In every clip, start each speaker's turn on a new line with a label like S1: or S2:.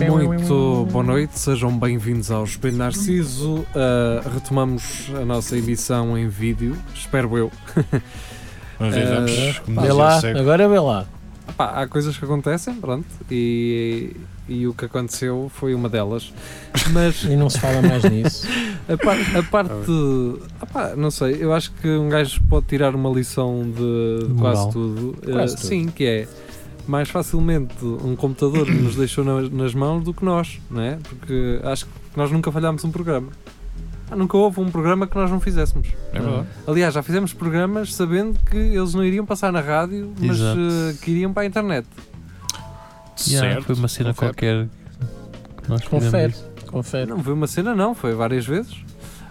S1: um
S2: um,
S1: Muito boa noite, sejam bem-vindos ao Espelho Narciso. Uh, retomamos a nossa emissão em vídeo, espero eu.
S2: Mas
S1: Eh,
S2: vejamos como
S3: Vê
S2: dizia
S3: lá,
S2: o cego.
S3: agora vê lá.
S1: Pá, há coisas que acontecem, pronto, e, e o que aconteceu foi uma delas. Mas
S3: E não se fala mais nisso.
S1: a, par- a parte. ah pá, não sei, eu acho que um gajo pode tirar uma lição de, de
S3: Moral.
S1: quase tudo. Uh,
S3: Quase tudo.
S1: Sim, que é. Mais facilmente um computador nos deixou na- nas mãos do que nós, não é? Porque acho que nós nunca falhámos um programa. Ah, nunca houve um programa que nós não fizéssemos.
S2: É verdade.
S1: Aliás, já fizemos programas sabendo que eles não iriam passar na rádio, mas
S4: Exato.
S1: eh, que iriam para a internet.
S4: Yeah,
S2: certo.
S4: Foi uma cena
S2: confere.
S4: qualquer. que Nós fizemos
S3: Confere,
S4: isso.
S3: confere.
S1: Não foi uma cena, não, foi várias vezes.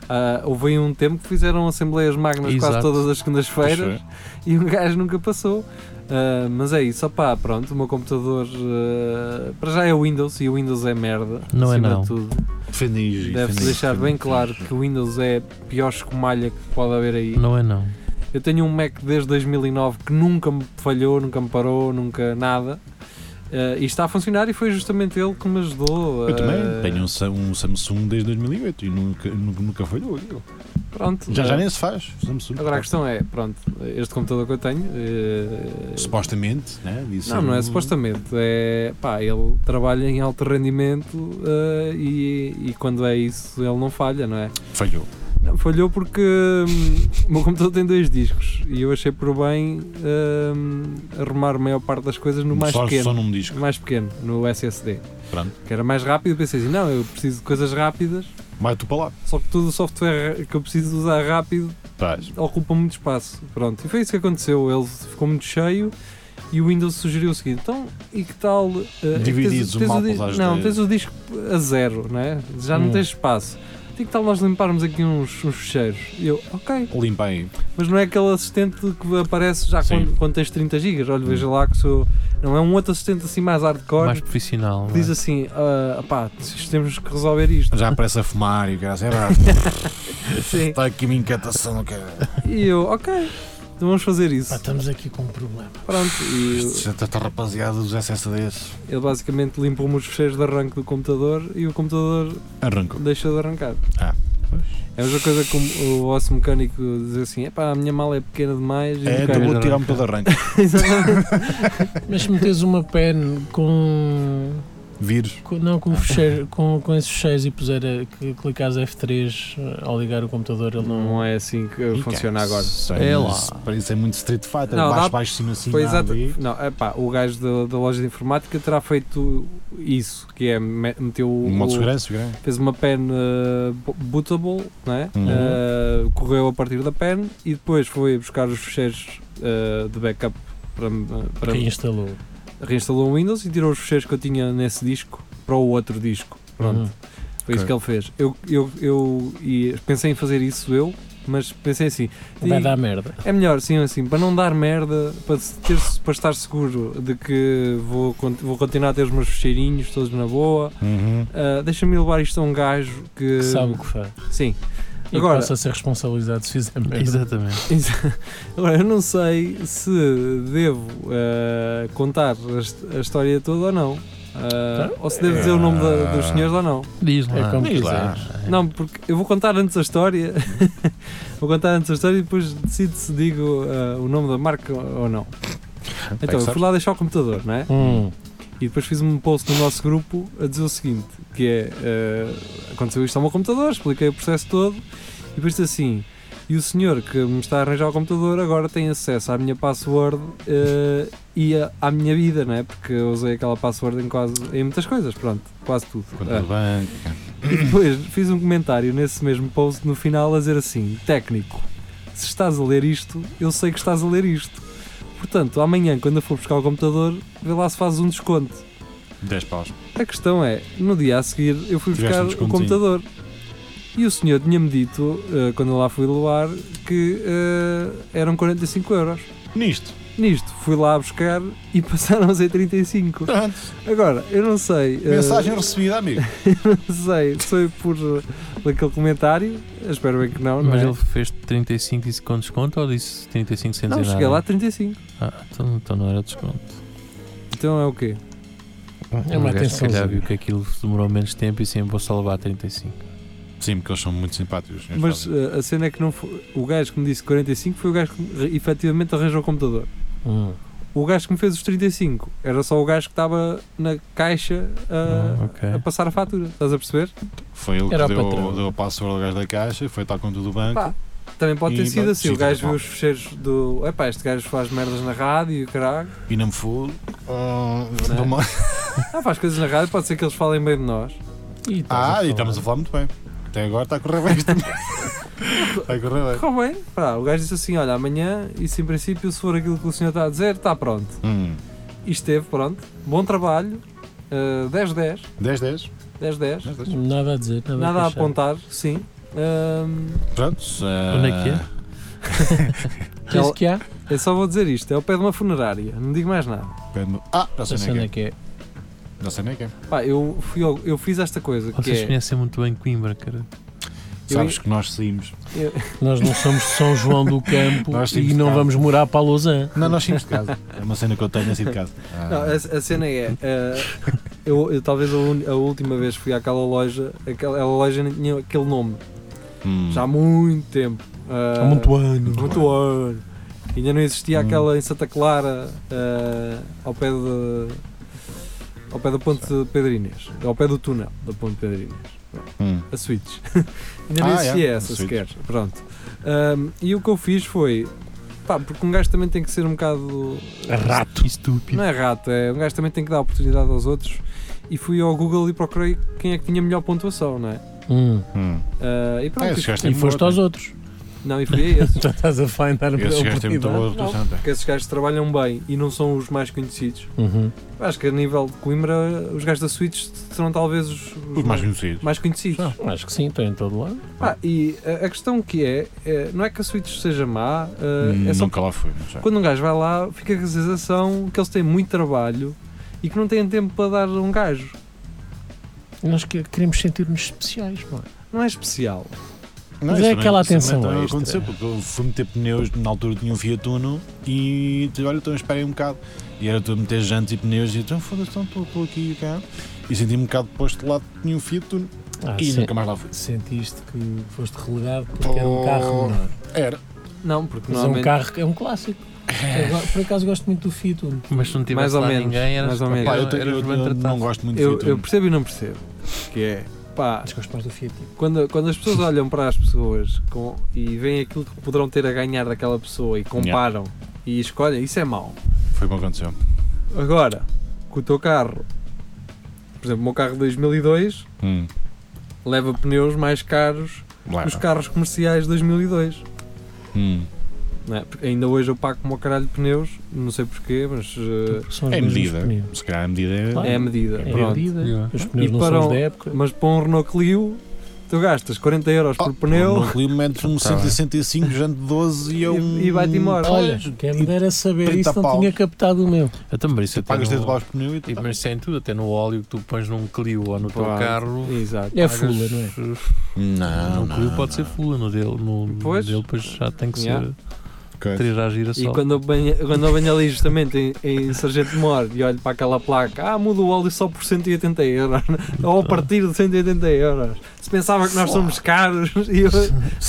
S1: Ah, houve aí um tempo que fizeram assembleias magnas quase
S4: Exato.
S1: todas as segundas-feiras.
S2: Pois
S1: e o gajo nunca passou. Ah, mas é isso, opá, pronto, o meu computador ah, para já é o Windows e o Windows é merda.
S4: Não é
S1: acima de
S4: não.
S1: tudo.
S2: foi. Feliz,
S1: Deve-se
S2: feliz,
S1: deixar
S2: feliz.
S1: bem claro que o Windows é a pior escumalha que pode haver aí.
S4: Não é não.
S1: Eu tenho um Mac desde 2009 que nunca me falhou, nunca me parou, nunca nada. Eh, e está a funcionar e foi justamente ele que me ajudou.
S2: Eu também
S1: eh,
S2: tenho um, Sam- um Samsung desde 2008 e nunca, nunca, nunca falhou aquilo.
S1: Pronto.
S2: um. Já, já
S1: eh,
S2: nem se faz. o Samsung.
S1: Agora a questão é, pronto, este computador que eu tenho. eh,
S2: Supostamente, né? Disse
S1: não, não é
S2: o-
S1: supostamente. É, pá, ele trabalha em alto rendimento eh, e, e quando é isso ele não falha, não é?
S2: Falhou.
S1: Não, falhou porque hum, o meu computador tem dois discos e eu achei por bem hum, arrumar a maior parte das coisas no mais
S2: só,
S1: pequeno.
S2: só num disco.
S1: mais pequeno, no SSD.
S2: Pronto.
S1: Que era mais rápido, pensei assim, não, eu preciso de coisas rápidas,
S2: Vai tu para lá.
S1: só que todo o software que eu preciso usar rápido
S2: Traz.
S1: ocupa muito espaço. Pronto, e foi isso que aconteceu, ele ficou muito cheio e o Windows sugeriu o seguinte, então, e que tal... eh,
S2: Divididos
S1: tens-
S2: o
S1: tens
S2: mal
S1: di-
S2: pelas
S1: Não,
S2: dez.
S1: tens o disco a zero, né? já não
S3: Hum.
S1: tens espaço. E que tal nós limparmos aqui uns, uns fecheiros? E eu, ok.
S2: Limpa aí.
S1: Mas não é aquele assistente que aparece já
S2: Sim.
S1: quando, quando tens 30 GB. Olha, veja lá que sou. Não é um outro assistente assim mais hardcore.
S4: Mais né? profissional. é?
S1: Diz
S4: vá.
S1: assim, ah, pá, temos que resolver isto.
S2: Já aparece a fumar e o cara assim, "Ah,
S1: Sim.
S2: está aqui uma inquietação. Cara.
S1: E eu, ok, então vamos fazer
S3: Pá,
S1: isso.
S3: estamos aqui com um problema.
S1: Pronto, e
S2: Esta, esta rapaziada dos SSDs.
S1: ele basicamente limpou-me os fecheiros de arranque do computador e o computador
S2: Arrancou.
S1: deixou de arrancar.
S2: Ah, pois.
S1: É a mesma coisa que o osso mecânico dizer assim, epá, a minha mala é pequena demais e
S2: É,
S1: o
S2: então
S1: cara...
S2: vou tirar um todo arranque.
S1: Exatamente.
S3: Mas se meteres uma pen com.
S2: Vírus.
S3: com- não, com, o fecheiro, com, com esses fecheiros e puser a, que clicares F3 ao ligar o computador, ele não.
S1: Não é assim que funciona agora.
S2: Isso
S4: É
S2: muito-
S4: lá.
S2: para Isso é muito Street Fighter.
S1: Não,
S2: baixo,
S1: dá-
S2: baixo, cima, cima.
S1: Foi exato.
S2: ali.
S1: Não, epá, o gajo da, da loja de informática terá feito isso, que é me- meteu
S2: Um modo de
S1: o,
S2: segurança, cara.
S1: fez uma pen eh, bo- bootable, não é?
S2: Uhum.
S1: Eh, correu a partir da pen e depois foi buscar os fecheiros eh, de backup para, para
S3: Reinstalou.
S1: reinstalou o Windows e tirou os fecheiros que eu tinha nesse disco para o outro disco. Pronto,
S3: Uhum.
S1: foi isso
S2: Ok.
S1: que ele fez. Eu, eu, eu e pensei em fazer isso eu, mas pensei assim.
S3: Vai
S1: e-
S3: dar merda.
S1: é melhor, sim, assim, para não dar merda, para, se- ter, para estar seguro de que vou, con- vou continuar a ter os meus fecheirinhos todos na boa,
S2: Uhum.
S1: ah, deixa-me levar isto a um gajo que.
S3: Que sabe o que faz.
S1: Sim.
S3: E
S1: Agora-
S3: Agora, possa ser responsabilizado se fizer merda.
S4: Exatamente.
S1: Agora, eu não sei se devo ah, contar a, his- a história toda ou não. Ah,
S2: Então,
S1: ou se devo dizer o nome da- dos senhores ou não.
S4: Diz lá.
S3: É como
S2: Diz lá.
S3: quiseres.
S1: Não, porque eu vou contar antes a história. vou contar antes a história e depois decido se digo ah, o nome da marca ou não.
S2: é que
S1: Então, eu fui
S2: sabes.
S1: lá deixar o computador, não é?
S3: Hum.
S1: E depois fiz um post no nosso grupo a dizer o seguinte, que é eh, aconteceu isto ao meu computador, expliquei o processo todo e depois disse assim, e o senhor que me está a arranjar o computador agora tem acesso à minha password eh, e a- à minha vida, não é? Porque eu usei aquela password em quase em muitas coisas, pronto, quase tudo.
S2: Quanto
S1: Ah,
S2: ao banco, cara.
S1: e depois fiz um comentário nesse mesmo post no final a dizer assim: técnico, se estás a ler isto, eu sei que estás a ler isto. Portanto, amanhã, quando eu for buscar o computador, vê lá se fazes um desconto.
S2: 10 paus.
S1: A questão é, no dia a seguir eu fui
S2: Tiveste
S1: buscar
S2: um
S1: o
S2: descontinho.
S1: computador. E o senhor tinha-me dito, eh, quando eu lá fui levar, que eh, eram 45 euros.
S2: Nisto.
S1: Nisto, fui lá buscar e passaram a ser 35.
S2: Pronto.
S1: Agora, eu não sei. eh,
S2: Mensagem recebida, amigo.
S1: Não sei, foi por eh, aquele comentário. Eu Espero bem que não, não
S4: Mas
S1: é?
S4: ele fez 35 disse com desconto ou disse 35 sem
S1: Não,
S4: dizer
S1: cheguei lá
S4: nada?
S1: 35.
S4: Ah, então, então não era desconto.
S1: Então é o quê?
S3: É uma
S4: o gajo se calhar
S3: atençãozinha.
S4: viu que aquilo demorou menos tempo e sim, vou só levar 35.
S2: Sim, porque eles são muito simpáticos. eles
S1: Mas
S2: fazem.
S1: eh, a cena é que não foi, o gajo que me disse 45 foi o gajo que re- efetivamente arranjou o computador.
S3: Hum.
S1: O gajo que me fez os 35 era só o gajo que estava na caixa a,
S4: Ah, ok.
S1: a passar a fatura. Estás a perceber?
S2: Foi ele que
S3: Era o
S2: deu,
S3: patrão.
S2: deu a password ao gajo da caixa, foi estar com tudo do banco.
S1: Pá, Também pode ter
S2: E
S1: sido
S2: vai-
S1: assim. O
S2: sim,
S1: gajo
S2: também
S1: viu os fecheiros do. Epá, este gajo faz merdas na rádio e caralho.
S2: E não me fodo. Ah,
S1: Não é?
S2: dou uma-
S1: Ah, faz coisas na rádio, pode ser que eles falem bem de nós.
S3: E
S2: Ah, e estamos a falar muito bem. Até agora está a correr bem isto. Está a correr bem.
S1: Correu bem. Pá, o gajo disse assim: olha, amanhã, isso em princípio, se for aquilo que o senhor está a dizer, está pronto.
S2: Hum,
S1: E esteve, pronto. Bom trabalho. eh, 10-10.
S2: 10, 10.
S1: 10-10.
S2: 10, 10.
S3: Nada a dizer, nada,
S1: Nada a
S3: queixar.
S1: apontar, sim. Ehm, Ahm,
S2: Pronto. ah,
S4: Onde é que é?
S3: Disse que há,
S1: é eu só vou dizer isto: é o pé de uma funerária, não digo mais nada.
S2: pede-me- Ah, já
S3: não
S2: sei
S3: sei
S2: nem
S3: onde é
S2: é que
S3: que é.
S2: é. Já sei nem é que é.
S1: Pá, eu, fui ao- eu fiz esta coisa que
S4: Vocês
S1: é.
S4: conhecem muito bem Coimbra, cara.
S1: Eu-
S2: Sabes que nós saímos.
S1: eu-
S3: Nós não somos de São João do Campo
S2: Nós temos
S3: e não
S2: cá.
S3: vamos morar para a Lausanne.
S2: Não, nós saímos de casa. É uma cena que eu tenho assim de casa. Ah,
S1: Não, a, a cena é. eh, eu, eu talvez a, un- a última vez que fui àquela loja, aquela, aquela loja nem tinha aquele nome,
S2: hum.
S1: já há muito tempo. Ah,
S3: Há muito ano.
S1: há muito ano. Ainda não existia
S2: Hum.
S1: aquela em Santa Clara, ah, ao pé de. ao pé da Ponte Pedrinhas, ao pé do túnel da Ponte Pedrinhas.
S2: Hum.
S1: a Switch. Ainda não
S2: Ah,
S1: existia
S2: é, a
S1: essa
S2: Switch.
S1: sequer. Pronto. Ahm, e o que eu fiz foi. Pá, porque um gajo também tem que ser um bocado.
S4: Rato. Estúpido.
S1: Não é rato, é. Um gajo também tem que dar oportunidade aos outros. E fui ao Google e procurei quem é que tinha melhor pontuação, não é?
S3: Hum.
S2: Hum.
S1: Ah, e pronto.
S2: Ah, esses gajos
S3: E
S2: têm
S3: foste
S2: boa,
S3: aos outros.
S1: não, e fui a esses.
S3: Já É estás a findar
S2: têm- Esses gajos têm muito boa
S3: oportunidade.
S2: reputação. têm.
S1: Porque esses gajos trabalham bem e não são os mais conhecidos.
S3: Uhum.
S1: Acho que a nível de Coimbra, os gajos da Switch serão talvez os, os
S2: é. Os mais Ah. conhecidos.
S1: mais conhecidos.
S3: Acho que sim, estou em todo lado.
S1: Ah, e a, a questão que é, é, não é que a Switch seja má, ah, é só
S2: Nunca lá fui, Hum, não sei.
S1: Quando um gajo vai lá, fica com a sensação que eles têm muito trabalho e que não têm tempo para dar a um gajo.
S3: Nós que- queremos sentir-nos especiais, pô.
S1: Não é especial.
S2: Não,
S3: Mas
S2: isso
S3: é
S2: também-
S3: aquela
S2: isso também
S3: atenção
S2: também
S3: extra.
S2: aconteceu, porque eu fui meter pneus, na altura tinha um Fiat Uno e disse, olha, então esperei um bocado. E era tu a meter jantes e pneus e então foda-se, então estou estou aqui e cá. E senti um bocado posto de lado que tinha um Fiat Uno
S3: Ah,
S2: e
S3: sim.
S2: nunca mais lá fui.
S3: Sentiste que foste relegado porque era um carro
S2: Oh,
S3: menor.
S2: Era.
S1: Não, porque
S3: Mas é um
S1: normalmente.
S3: carro que é um clássico. Eu go- por acaso gosto muito do Fiat Uno.
S4: Mas se não tivesse
S1: Mais ou
S4: lá
S1: menos,
S4: ninguém, eras,
S1: mais ou menos.
S4: Pá,
S2: Pá,
S4: eu,
S2: eu, te- eu,
S4: eras
S2: te-
S4: bem tratado.
S2: não gosto muito
S1: eu,
S2: de Fiat
S1: eu
S2: Uno.
S1: percebo e não percebo. Que é. Pá,
S3: Mas gosto mais do Fiat.
S1: quando, quando as pessoas olham para as pessoas com- e veem aquilo que poderão ter a ganhar daquela pessoa e comparam e escolhem, isso é mau.
S2: Foi o que aconteceu.
S1: Agora, com o teu carro, por exemplo, o meu carro de 2002
S2: Hum.
S1: leva pneus mais caros
S2: Lá.
S3: Ah.
S1: que os carros comerciais de 2002.
S2: Hum.
S1: não é? Porque ainda hoje eu pago como ao caralho de pneus, não sei porquê, mas eh,
S3: Tipo, São os
S2: É
S3: mesmos
S2: medida.
S3: pneus.
S2: Se calhar a medida é...
S3: Claro.
S1: é a medida.
S3: É
S1: pronto.
S3: medida.
S4: Yeah.
S3: Os pneus
S1: E
S3: não
S1: para
S3: são os
S1: o-
S3: da época.
S1: Mas para um Renault Clio, tu gastas 40 euros por
S2: O
S1: pneu. Ah,
S2: núcleo mete um
S4: Tá bem.
S2: 165, jante 12 e é
S1: E-
S2: um...
S1: e vai-te embora.
S3: Olha,
S2: Olha,
S3: quem me dera saber
S2: 30
S3: isso, não
S2: paus.
S3: tinha captado o meu.
S4: Então, mas isso até
S2: Pagas 10
S4: no-
S2: baixos pneu e tu... tá-
S4: e, Mas isso é em tudo, até no óleo que tu pões num Clio ou no teu
S1: Claro.
S4: carro.
S2: oh.
S1: Exato.
S3: É
S4: pagas-
S3: fula, não é?
S2: Não,
S4: No Clio pode ser fula, no dele, no
S1: Pois.
S4: dele depois já tem que
S1: Yeah.
S4: ser
S2: Ok.
S4: tirar a gira
S1: E
S4: só.
S1: quando eu banho, quando eu banho ali justamente em, em Sargento Mor e olho para aquela placa, ah, muda o óleo só por 180 euros, ou a partir de 180 euros. Se pensava que nós somos caros, e eu,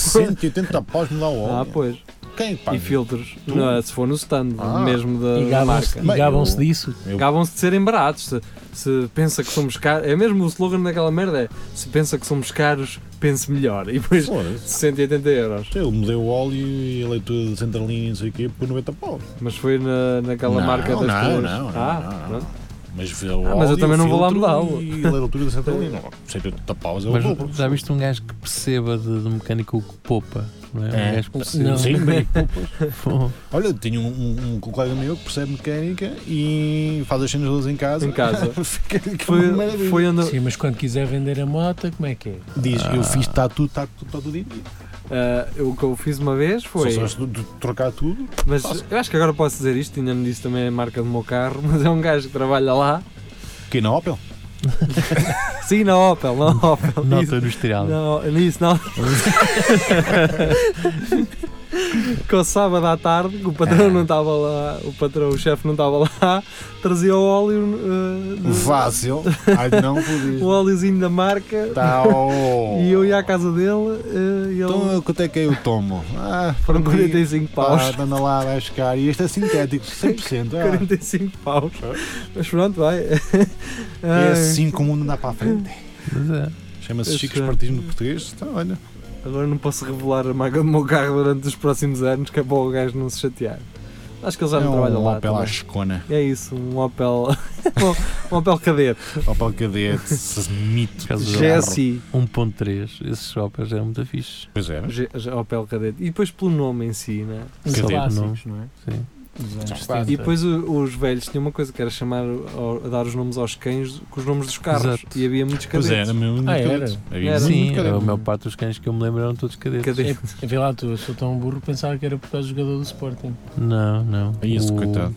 S2: 180 paus me dá o óleo.
S1: ah, pois.
S2: Quem é que paga?
S1: E filtros,
S2: tu?
S1: Não, se for no stand
S2: Ah.
S1: mesmo da,
S3: E
S1: da marca.
S3: gabam-se e
S2: Bem,
S3: gabam-se
S2: eu-
S3: disso.
S2: Eu-
S1: Acabam-se de serem baratos. Se, se pensa que somos caros. É mesmo o slogan daquela merda: é se pensa que somos caros, pense melhor. E depois
S2: Foda-se.
S1: 180 euros.
S2: Eu mudei o óleo e a leitura de Centralinha e não sei o quê por 90 paus.
S1: Mas foi na, naquela
S2: Não,
S1: marca das
S2: não,
S1: cores.
S2: não, não,
S1: ah,
S2: não, não.
S1: pronto.
S2: Mas fiz o
S1: Ah,
S2: óleo,
S1: mas eu também não vou lá
S2: filtro
S1: mudá-lo.
S2: E a leitura de Centralinha. 180 paus é o dobro.
S4: Mas já viste um gajo que perceba de, de mecânico que poupa? não é? Um
S2: É.
S4: gajo que percebe.
S3: Não.
S2: Sim, bem, poupas.
S4: Pô,
S2: Olha, eu tinha um, um, um colega meu que percebe mecânica e faz as cenas todas em casa.
S1: Em casa.
S2: Fica que é uma
S1: Foi,
S2: maravilha.
S1: foi onde.
S3: Sim, mas quando quiser vender a moto, como é que é?
S2: Diz, eu
S4: Ah.
S2: fiz tá tatu, tatu, tatu de dia.
S1: ah, eu- o que eu fiz uma vez foi.
S2: Só se de, de trocar tudo.
S1: Mas eu acho que agora posso dizer isto, ainda me disse também a marca do meu carro, mas é um gajo que trabalha lá.
S2: Que na Opel.
S1: Sim, na Opel, na Opel.
S4: Nota
S1: isso.
S4: industrial.
S1: Não, nisso não. que ao sábado à tarde, que o patrão
S2: É.
S1: não estava lá, o patrão, o chefe não estava lá, trazia o óleo, eh, de-
S2: Fácil. Ai, não
S1: o
S2: podias.
S1: óleozinho da marca,
S2: Tá, oh.
S1: e eu ia à casa dele eh, e ele
S2: Então, quanto é que eu tomo? Ah,
S1: foram
S2: por mim,
S1: 45 paus.
S2: Pá, anda lá, vai buscar. E este é sintético, 100%. Ah.
S1: 45 paus. Mas pronto, vai.
S2: É
S1: Ai,
S2: assim que o mundo anda para a frente.
S4: Mas é.
S2: Chama-se
S1: Eu
S2: Chico
S1: sei.
S2: Espartismo Português. Então, olha.
S1: Agora não posso revelar a marca do meu carro durante os próximos anos, que é para o gajo não se chatear. Acho que ele já
S2: é
S1: não trabalha
S2: um
S1: lá.
S2: Opel à
S1: também.
S2: chicona.
S1: É isso, um Opel. um Opel cadete.
S2: Opel cadete, esse mito.
S4: Caso
S2: de
S4: do
S2: jarro.
S1: Jesse.
S4: 1.3. Esses shoppers é muito fixe.
S2: Pois era.
S1: Ge- ge- Opel cadete. E depois pelo nome em si, né?
S3: Os
S4: Cadê?
S3: clássicos, não, é?
S4: Sim.
S3: Dos anos
S2: Claro.
S3: 70.
S1: E depois o- os velhos tinham uma coisa que era chamar, o- dar os nomes aos cães com os nomes dos carros.
S4: Exato.
S1: E havia muitos
S2: Pois é,
S1: cadetes.
S2: era, meu
S3: Ah, era?
S2: cadete. Havia
S1: Era.
S2: muito
S4: Sim,
S2: cadete.
S4: a maior parte dos cães que eu me lembro eram todos cadetes.
S1: Cadete.
S3: É, vê lá tu, eu sou tão burro pensava que era por causa do jogador do Sporting.
S4: Não, não.
S2: Aí esse
S4: O-
S2: coitado.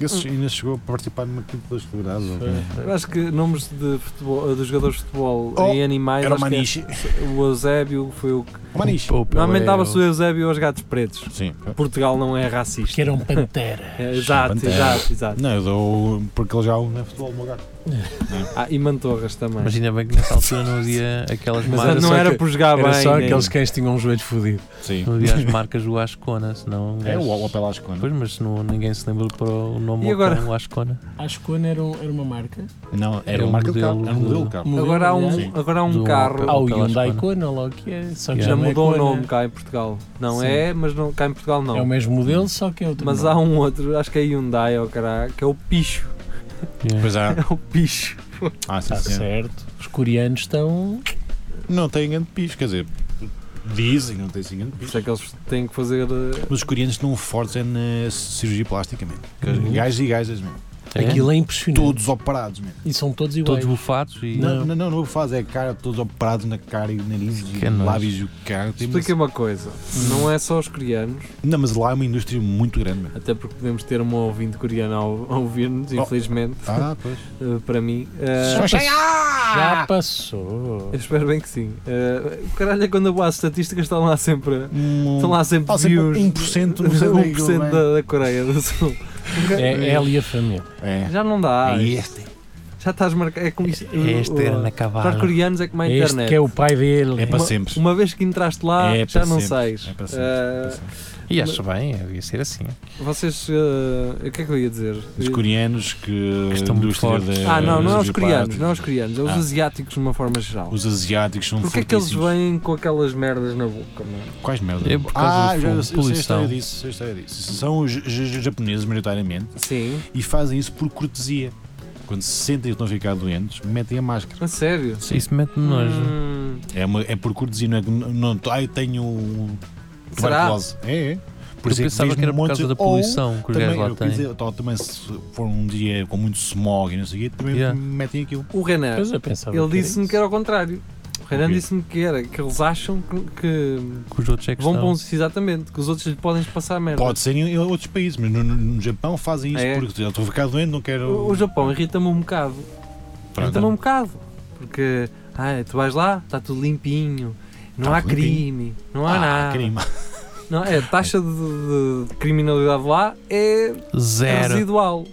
S2: Esse ainda chegou a participar numa quinta das Federadas. ou quê?
S1: Eu acho que nomes de, futebol, de jogadores de futebol
S2: Oh,
S1: em animais.
S2: Era o
S1: acho que é
S2: Maniche.
S1: O Eusébio foi o que.
S2: O Maniche.
S4: o Pelé,
S1: Normalmente dava-se o
S4: é o-
S1: Eusébio aos gatos pretos.
S2: Sim.
S1: Portugal não é racista.
S3: Que era um pantera.
S1: É, Exato,
S2: Pantera.
S1: exato, exato.
S2: Não, eu dou. Porque ele já não é futebol, meu gato.
S1: Ah, e Mantorras também.
S4: Mas ainda bem que nessa altura não havia aquelas
S1: Mas
S4: marcas.
S1: não
S3: só
S1: era
S3: que-
S1: por jogar
S3: era
S1: Tá bem. né?
S3: só
S1: nem-
S3: aqueles cães que tinham um joelho fodido.
S2: Sim.
S4: Não havia as marcas do Ascona, senão. um
S2: É
S4: gajo-
S2: o Opel Ascona.
S4: Pois, mas não, ninguém se lembra para o nome
S1: E
S4: ao
S1: agora?
S4: cão, o Ascona.
S3: Acho que era, um- era uma marca.
S2: Não, era
S4: É
S2: uma
S4: um
S2: marca de carro.
S4: modelo
S2: Era um modelo de
S4: de-
S2: carro.
S3: Mudou,
S1: Agora há
S3: aliás.
S1: um, agora há um
S4: Do-
S1: carro.
S3: Há Ah, o
S4: Aquela
S3: Hyundai
S4: Ascona.
S3: Kona, logo que é. Só que
S4: Yeah.
S1: Já
S3: não é
S1: mudou o
S3: Kona.
S1: nome cá em Portugal. Não
S3: Sim.
S1: é, mas não, cá em Portugal não.
S3: É o mesmo modelo, só que é outro.
S1: mas
S3: nome.
S1: há um outro, acho que é Hyundai, ou caralho, que é o Picho.
S4: Yeah.
S2: Pois é.
S1: É o Picho.
S2: Ah, sim,
S3: Está
S2: sim.
S3: Tá certo. Os coreanos estão.
S2: Não tem grande piso, quer dizer, dizem que não tem assim grande
S1: Por
S2: piso.
S1: isso é que eles têm que fazer. eh,
S2: Mas os coreanos estão fortes é na cirurgia plástica, mesmo.
S4: Uhum.
S2: Gajos e gajas, mesmo.
S4: É?
S3: Aquilo é impressionante.
S2: Todos operados, mesmo.
S3: E são todos iguais.
S4: Todos bufados e.
S2: Não, não, não, não faz, é cara, todos operados na cara e no nariz, e
S4: Que
S2: no
S4: nojo.
S2: lábios e o cara. Tem uma-
S1: Explica uma coisa, não é só os coreanos,
S2: Não, mas lá é uma indústria muito grande, mesmo.
S1: até porque podemos ter um ouvinte coreano a ou- a ouvir-nos, infelizmente,
S2: Ah, pois.
S1: eh, para mim. Eh,
S2: ah!
S3: Já passou. É
S1: eu espero bem que sim. Eh, o caralho, é quando eu as estatísticas estão lá sempre. Estão lá sempre
S2: Está Tá sempre
S1: views.
S2: 1%, não é? sei bem
S1: 1%
S2: aquilo,
S1: da, da Coreia do Sul.
S3: É ela e a família.
S2: É.
S1: Já não dá.
S2: É este.
S1: Já estás marcado. É como isto.
S4: Este era na
S1: Para
S4: cavalo.
S1: coreanos é como a
S3: É este
S1: internet.
S3: que é o pai dele.
S2: É para
S1: Uma-
S2: sempre.
S1: Uma vez que entraste lá,
S2: É
S1: já
S2: para
S1: não
S2: sempre,
S1: sais.
S2: é para sempre,
S1: Ah,
S2: para sempre.
S4: E acho bem, devia ser assim.
S1: Eh, vocês. ah, o que é que eu ia dizer?
S2: Os coreanos que.
S4: Que estão muito
S2: indústria
S4: fortes.
S2: da-
S1: ah, não, não é os
S2: cirurgia
S1: coreanos,
S2: plástica.
S1: não é os coreanos, é os
S2: Ah.
S1: asiáticos de uma forma geral.
S2: é Os asiáticos são
S1: Porquê é que eles
S2: fortíssimos.
S1: vêm com aquelas merdas na boca, mano?
S2: Quais merda?
S4: É por causa do fumo,
S2: Ah, eu sei a
S4: poluição.
S2: história disso, sei a história disso. São os j- j- japoneses, maioritariamente,
S1: Sim,
S2: e fazem isso por cortesia. Quando se sentem que estão a ficar doentes, metem a máscara.
S1: a sério.
S4: Isso mete-me nojo.
S1: Hum,
S2: É, uma- é por cortesia, não é que não, não- ah, eu tenho
S1: será?
S2: tuberculose. É, é. Por
S4: Eu
S2: isso é
S4: pensava
S2: vês
S4: que era por
S2: montes-
S4: causa da
S2: ou
S4: poluição que os
S2: Também,
S4: gajos lá
S2: eu quis
S4: têm.
S2: dizer, tal, também se for um dia com muito smog e não sei o quê, também
S4: Yeah.
S2: metem aquilo.
S1: O Renan,
S2: é,
S3: Pois eu pensava.
S1: ele
S3: que era
S1: disse-me
S3: isso.
S1: que era ao contrário. O Renan
S2: Ok.
S1: disse-me que era, que eles acham que, que
S4: Que os outros é que
S1: vão para
S4: estão.
S1: uns, exatamente, que os outros lhe podem passar merda.
S2: Pode ser em outros países, mas no, no- no Japão fazem isso
S1: É.
S2: porque eu estou a ficar doente, não quero.
S1: O, o Japão irrita-me um bocado.
S2: Pronto.
S1: Irrita-me um bocado. Porque ai, tu vais lá, está tudo limpinho, não
S2: Tá
S1: há
S2: tudo limpinho.
S1: crime, não há
S2: Ah,
S1: nada.
S2: crime.
S1: Não, é, a taxa de, de- de criminalidade lá é
S4: Zero.
S1: residual.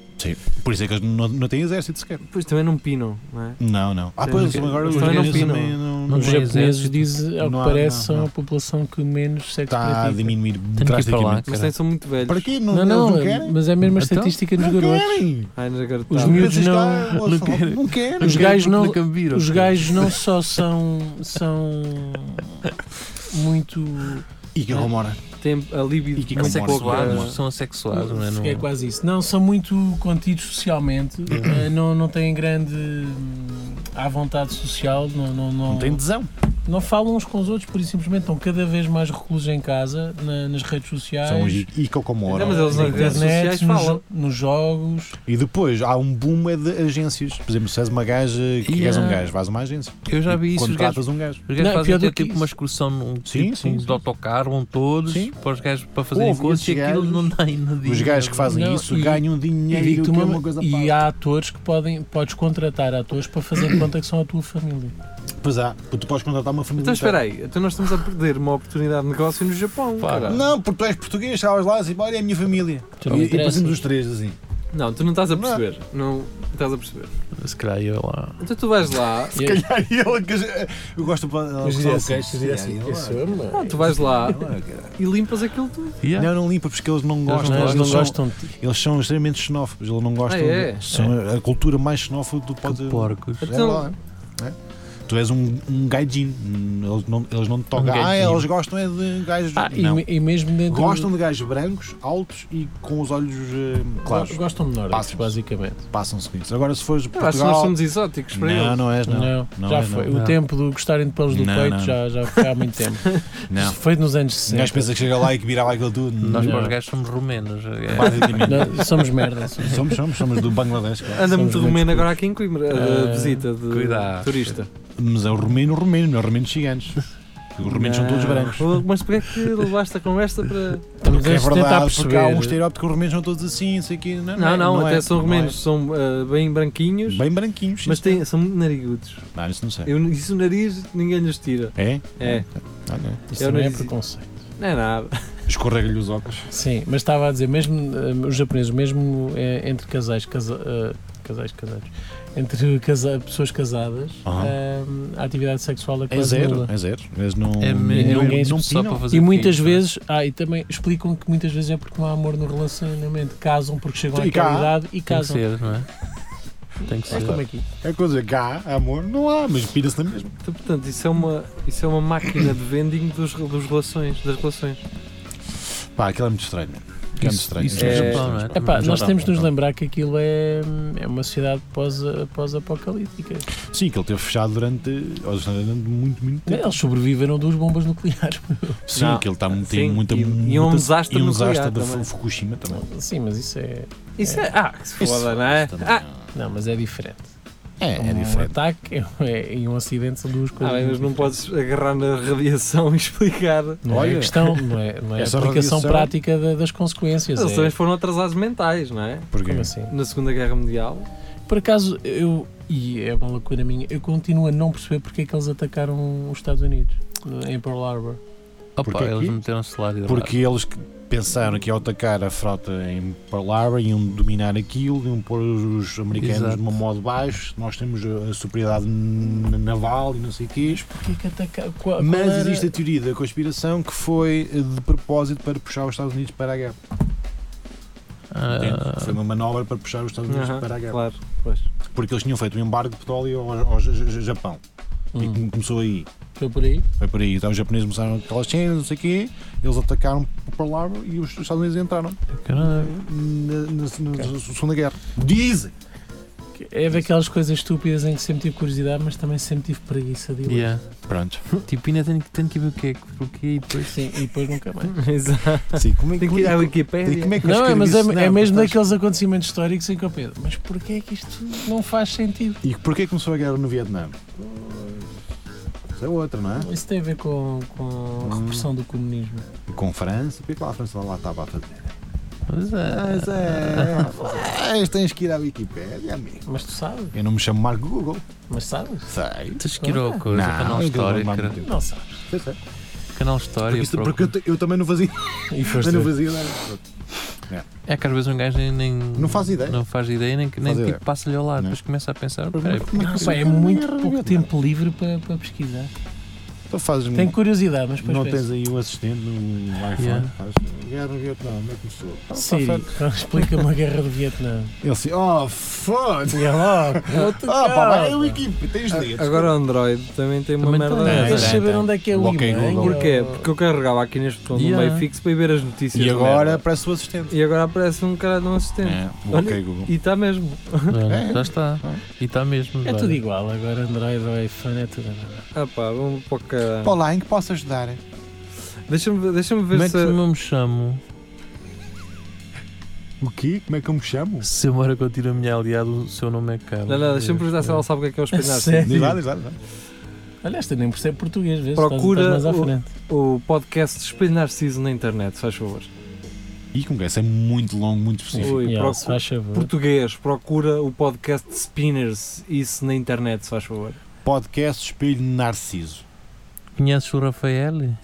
S2: Por isso é que eles não, não têm exército sequer.
S1: Pois também não pinam, não é?
S2: Não, não. Ah,
S1: Sim,
S2: pois,
S1: porque
S2: agora
S1: eles
S2: os
S1: também não
S2: japoneses
S1: pinam.
S2: também não,
S4: Não
S2: não
S3: Os
S4: tem
S3: japoneses
S4: exército.
S3: dizem, ao
S2: Não
S3: que
S2: há-
S3: parece,
S2: não,
S3: são
S2: não. Tá
S3: a população que menos sexo
S2: está a
S3: pratica.
S2: diminuir
S4: Tenho que ir para lá.
S2: drasticamente.
S1: Mas
S4: Caralho.
S1: têm são muito velhos.
S2: Para quê? Não,
S3: Não,
S2: eles
S3: não,
S2: não querem?
S3: mas é mesmo a
S4: Então?
S3: estatística dos
S2: Não
S3: garotos.
S2: querem!
S1: Ai, Tá. nos
S3: Os
S1: agartados.
S2: Mas
S3: miúdos
S2: isto
S3: não-
S2: está-
S4: não
S2: eles só-
S4: querem.
S2: Não querem.
S3: Os gajos não-
S4: Nunca me viram.
S3: Os gajos não só são, são muito.
S2: E que rumora?
S1: Têm a libido
S2: E
S4: É
S2: que
S1: muito
S2: comportam.
S4: Assexuados,
S1: pouca.
S4: São assexuados, um não é? Não-
S3: É quase isso. Não, são muito contidos socialmente,
S2: Uhum.
S3: eh, não, não têm grande hum, à vontade social, não, não, não,
S2: Não tem tesão.
S3: não falam uns com os outros, por isso simplesmente estão cada vez mais reclusos em casa, na- nas redes sociais.
S2: São os Icocomora.
S1: Não, mas eles
S3: na
S1: nas redes sociais
S3: internet, nos,
S1: falam.
S3: nos jogos.
S2: E depois há um boom é de agências. Por exemplo, se és uma gaja que
S4: Yeah.
S2: queres um gajo, vais a uma agência.
S4: Eu já vi
S2: E
S4: isso. Os gajos,
S2: Contratas um gajo.
S4: os gajos
S3: Não,
S4: fazem
S3: pior do
S4: até
S3: que
S4: tipo
S3: isso.
S4: uma excursão num tipo,
S2: Sim, sim,
S4: de
S2: sim.
S4: autocarro, vão todos
S2: Sim.
S4: para os gajos para fazerem
S2: Houve
S4: coisas e
S2: esses
S4: aquilo não
S2: gajos-
S4: tem no dia.
S2: Os gajos que fazem
S3: Não,
S2: isso
S3: e-
S2: ganham
S3: E,
S2: dinheiro
S3: digo-te
S2: que é
S3: uma-
S2: uma coisa
S3: e
S2: parva.
S3: há atores que podem, podes contratar atores para fazer de conta que são a tua família.
S2: Pois há, tu podes contratar uma família.
S1: Então espera
S2: inteira.
S1: aí, então nós estamos a perder uma oportunidade de negócio no Japão,
S4: Pá,
S1: cara.
S2: Não, porque tu és português, estavas lá e assim, olha, é a minha família.
S3: Tu não
S2: E, e
S3: Então,
S2: depois
S3: interessa.
S2: íamos os três assim.
S1: Não, tu não estás a
S2: Não.
S1: perceber. Não, estás a perceber.
S4: Se calhar eu lá.
S1: Então tu vais lá,
S3: E-
S2: calhar ele que eu gosto para
S3: Mas diria assim, diria assim,
S2: Não,
S3: "Isso é, mano."
S1: não, tu vais lá
S2: é.
S1: e limpas aquilo tudo.
S4: Yeah.
S2: não limpa porque eles não
S4: não
S2: gostam. tipo
S4: gostam.
S3: Eles não
S2: são-
S3: gostam de ti.
S2: Eles são extremamente xenófobos, eles não gostam.
S1: Ah, é?
S2: de- São a cultura mais xenófoba do pode.
S4: Que porcos.
S2: É
S1: Então-
S2: lá, é? Tu és um, um gaijin, eles não, eles
S1: Um
S2: não te tocam.
S4: gaijin.
S2: ah, eles gostam é de gajos.
S3: Ah, e,
S2: não.
S3: me- e mesmo dentro
S2: Gostam de gajos brancos, altos e com os olhos eh, claros.
S3: Gostam de nórdicos,
S2: Passam-se.
S3: basicamente.
S2: Passam-se com isso. Agora, se fores de
S1: Eu acho que nós
S2: Portugal.
S1: somos exóticos para
S2: Não,
S1: eles.
S2: não és, não.
S3: Não,
S2: não
S3: já
S2: é,
S3: foi.
S4: não.
S3: O tempo de gostarem de pelos do
S2: Não,
S3: peito
S2: não.
S3: já, já foi há muito tempo.
S2: não.
S3: Isso Foi nos anos
S2: Um
S3: 60.
S2: gajo pensa que chega lá e que virava aquilo tudo.
S4: Nós
S3: Não.
S4: para os gajos somos romenos. É.
S2: Basicamente.
S3: Não, somos
S2: É
S3: merda.
S2: Somos, somos, somos do Bangladesh, claro.
S1: Anda muito
S3: Somos
S1: romeno
S3: muito
S1: agora aqui em Coimbra, a
S3: Ah,
S1: visita de
S4: cuidado.
S1: turista.
S2: Mas é o romeno, o romeno, não é o romeno gigantes. Os romenos são todos
S1: Não.
S2: brancos.
S1: Oh, Mas porquê é que levaste a conversa para.
S3: Estamos
S2: Porque é
S3: a tentar
S2: verdade, porque há um
S3: perceber.
S2: estereótipo que os romenos são todos assim, isso aqui. Não,
S1: Não,
S2: é,
S1: não, até
S2: é,
S1: são
S2: não
S1: romenos, são ah, bem
S2: é.
S1: branquinhos,
S2: Bem branquinhos. sim,
S1: mas
S2: senhor.
S1: têm, são muito narigudos.
S2: Não, isso não sei.
S1: Eu, isso o nariz ninguém lhes tira.
S2: É?
S1: É,
S2: Ah, não.
S3: Isso
S1: Eu
S3: também
S1: não
S3: é
S1: disse-
S3: preconceito.
S1: não é nada.
S2: Escorrega-lhe os óculos.
S3: Sim, mas estava a dizer, mesmo eh, os japoneses, mesmo eh, entre casais, casa, eh, casais casados, entre casa- pessoas casadas,
S2: Aham.
S3: eh, a atividade sexual é
S2: É
S3: quase
S2: zero,
S3: nula.
S2: é zero. Eles não.
S4: É mesmo.
S3: Ninguém
S4: não
S2: se
S4: só
S2: pinam.
S4: para fazer
S3: E muitas
S4: filhos, é?
S3: vezes, ah, e também explicam que muitas vezes é porque não há amor no relacionamento, casam porque chegam
S2: E cá
S3: àquela idade e
S4: Tem que
S3: casam.
S4: ser, não é? Tem que ser.
S3: Mas como aqui.
S2: É coisa, cá, amor, não há, mas pira-se na mesma.
S1: Então, portanto, isso é uma, isso é uma máquina de vending dos, dos relações, das relações.
S2: Pá, aquilo é muito estranho. mano. Aquilo é muito
S4: Isso,
S2: estranho.
S4: isso
S1: É-
S4: no
S2: muito
S4: Japão, não é?
S2: estranho.
S3: Epá,
S4: No
S3: nós
S4: Japão.
S3: temos de nos
S2: Japão.
S3: lembrar que aquilo é, é uma cidade pós- pós-apocalíptica.
S2: Sim, que ele teve fechado durante, ou seja, durante muito, muito tempo.
S3: Eles sobreviveram duas bombas nucleares.
S2: Sim,
S1: Não.
S2: que ele está muito
S1: Sim,
S2: tem muita,
S1: e- e
S2: muita-
S1: um desastre
S2: e um
S1: nuclear
S2: desastre da
S1: também.
S2: Fu- Fukushima também.
S3: Sim, mas isso é.
S1: Isso é. Ah, que se foda, não é?
S2: Também
S1: Ah,
S3: Não, mas é diferente.
S2: é, é
S3: Um
S2: diferente.
S3: ataque é- e um acidente são duas
S1: ah,
S3: coisas.
S1: bem, mas
S3: muito
S1: não
S3: diferentes.
S1: podes agarrar na radiação e explicar.
S3: Não é
S2: Olha.
S3: a questão, não é, não é a
S2: Essa
S3: aplicação
S2: radiação-
S3: prática da- das consequências.
S1: Eles
S3: é-
S1: também foram atrasados mentais, não é?
S2: Porque
S3: como assim?
S1: Na Segunda Guerra Mundial.
S3: Por acaso, eu. E é uma loucura minha, eu continuo a não perceber porque é que eles atacaram os Estados Unidos eh, em Pearl Harbor.
S4: Opa,
S2: Porque
S4: eles um
S2: aqui-
S4: meteram-se lá de lado.
S2: Porque eles que pensaram que ao atacar a frota em Pearl Harbor iam dominar aquilo, iam pôr os, os americanos
S4: Exato.
S2: numa modo baixo, nós temos a, a superioridade n- naval e não sei o quê.
S3: Porquê é que atacaram? Qual,
S2: Mas
S3: qual era-
S2: existe a teoria da conspiração que foi eh, de propósito para puxar os Estados Unidos para a guerra.
S4: Ah,
S2: Foi uma manobra para puxar os Estados Unidos
S1: Aham,
S2: para a guerra.
S1: Claro, pois.
S2: Porque eles tinham feito um embargo de petróleo ao, ao J- J- Japão. E
S3: Hum,
S2: que começou aí.
S3: foi por aí?
S2: Foi por aí. Então os japoneses começaram aquelas cenas, não sei o quê. Eles atacaram Pearl Harbor e os Estados Unidos entraram
S4: caralho.
S2: na, na- na- na Segunda Guerra. Dizem!
S3: É daquelas coisas estúpidas em que sempre tive curiosidade, mas também sempre tive preguiça de ir. lá.
S4: Yeah.
S2: Pronto.
S4: Tipo, ainda tenho, que- tenho que ver o que é que- porquê e depois.
S3: Sim, e depois nunca mais.
S1: Exato.
S2: Sim, como é que,
S1: Tem que ir à
S2: como é que-
S1: Wikipédia.
S2: como é que eu
S3: Não, é,
S2: escrevi
S3: mas é,
S2: isso?
S3: é
S2: Não,
S3: mesmo
S2: mas-
S3: daqueles acontecimentos históricos em que eu penso, mas porquê é que isto não faz sentido?
S2: E porquê começou a guerra no Vietnã? Isso é outra, não é?
S3: Isso tem a ver com, com a repressão do comunismo.
S2: E com França, porque lá a França lá estava a fazer.
S4: Mas é.
S2: Mas é. Mas tens que ir à Wikipédia, amigo.
S3: Mas tu sabes,
S2: Eu não me chamo Marco Google.
S3: mas sabes?
S2: Sei.
S4: Tens que ir ao
S3: é
S4: coisa, é canal história, cara.
S3: Não sabes.
S2: Sei, sei.
S4: Canal história.
S2: é. Porque, isso-
S4: procura.
S2: porque eu, te- eu também não fazia.
S3: E foste.
S2: Eu não fazia ideia.
S4: É que às vezes um gajo nem. nem
S2: Não faz ideia.
S4: Não faz ideia, nem, nem
S2: Faz
S4: tipo
S2: ideia.
S4: passa-lhe ao lado.
S2: Não. é?
S4: Depois começa a pensar.
S2: Mas
S4: peraí,
S2: como é que
S3: Não,
S2: isso
S3: pá, é
S2: fica na
S3: muito
S2: guerra no
S3: pouco
S2: Vietnã?
S3: tempo livre para, para pesquisar.
S2: Então fazes
S3: Tenho curiosidade, mas depois
S2: Não
S3: penso.
S2: tens aí um assistente no iPhone?
S4: Yeah.
S2: Faz, guerra no Vietnã, como é que começou? Ah, tá
S3: Sim,
S2: certo.
S3: explica-me a guerra do Vietnã.
S2: Ele assim, oh, foda
S3: E é logo,
S2: Ah, pá, vai a Wikipedia, tens de ler.
S1: Ah, Agora o Android também tem uma
S4: Também
S1: merda.
S4: tem.
S1: dessas.
S3: Mas
S2: tem,
S3: saber
S2: tem.
S3: onde é que é o
S2: Ok,
S3: imã,
S2: Google.
S1: Porquê?
S3: ou-
S1: Porque eu carregava aqui neste botão do
S4: Yeah.
S1: meio fixo para ir ver as notícias.
S2: E
S1: de
S2: agora
S1: merda.
S2: aparece o assistente.
S1: E agora aparece um cara de um assistente.
S2: É,
S1: Olha,
S2: ok, Google.
S1: E está mesmo.
S2: É.
S4: pronto, já está. E está mesmo.
S3: É
S4: vale.
S3: tudo igual, agora Android ou iPhone é tudo a mesma.
S1: Ah pá, vamos para o caralho.
S5: Olá, em que posso ajudar?
S1: Deixa-me deixa ver
S4: Como é que
S1: se.
S4: eu me chamo
S5: O quê? Como é que eu me chamo?
S4: se eu moro contigo a minha aliada? O seu nome é Carlos.
S1: Não, não, deixa-me perguntar se ela sabe o que é que é o
S3: sério?
S1: espelhar.
S2: Diz lá, diz lá. diz lá.
S3: Olha, esta nem percebe português, vês?
S1: Procura
S3: Estás, estás mais à
S1: o-
S3: frente.
S1: O podcast Espelho Narciso na internet, se faz favor.
S2: Uhum. E como é? Isso é muito longo, muito específico.
S1: Ui,
S3: Yeah,
S1: procu-
S3: se faz favor.
S1: Português, procura o podcast Spinners, isso na internet, se faz favor.
S2: Podcast Espelho Narciso.
S4: Conheces o Rafael?
S2: E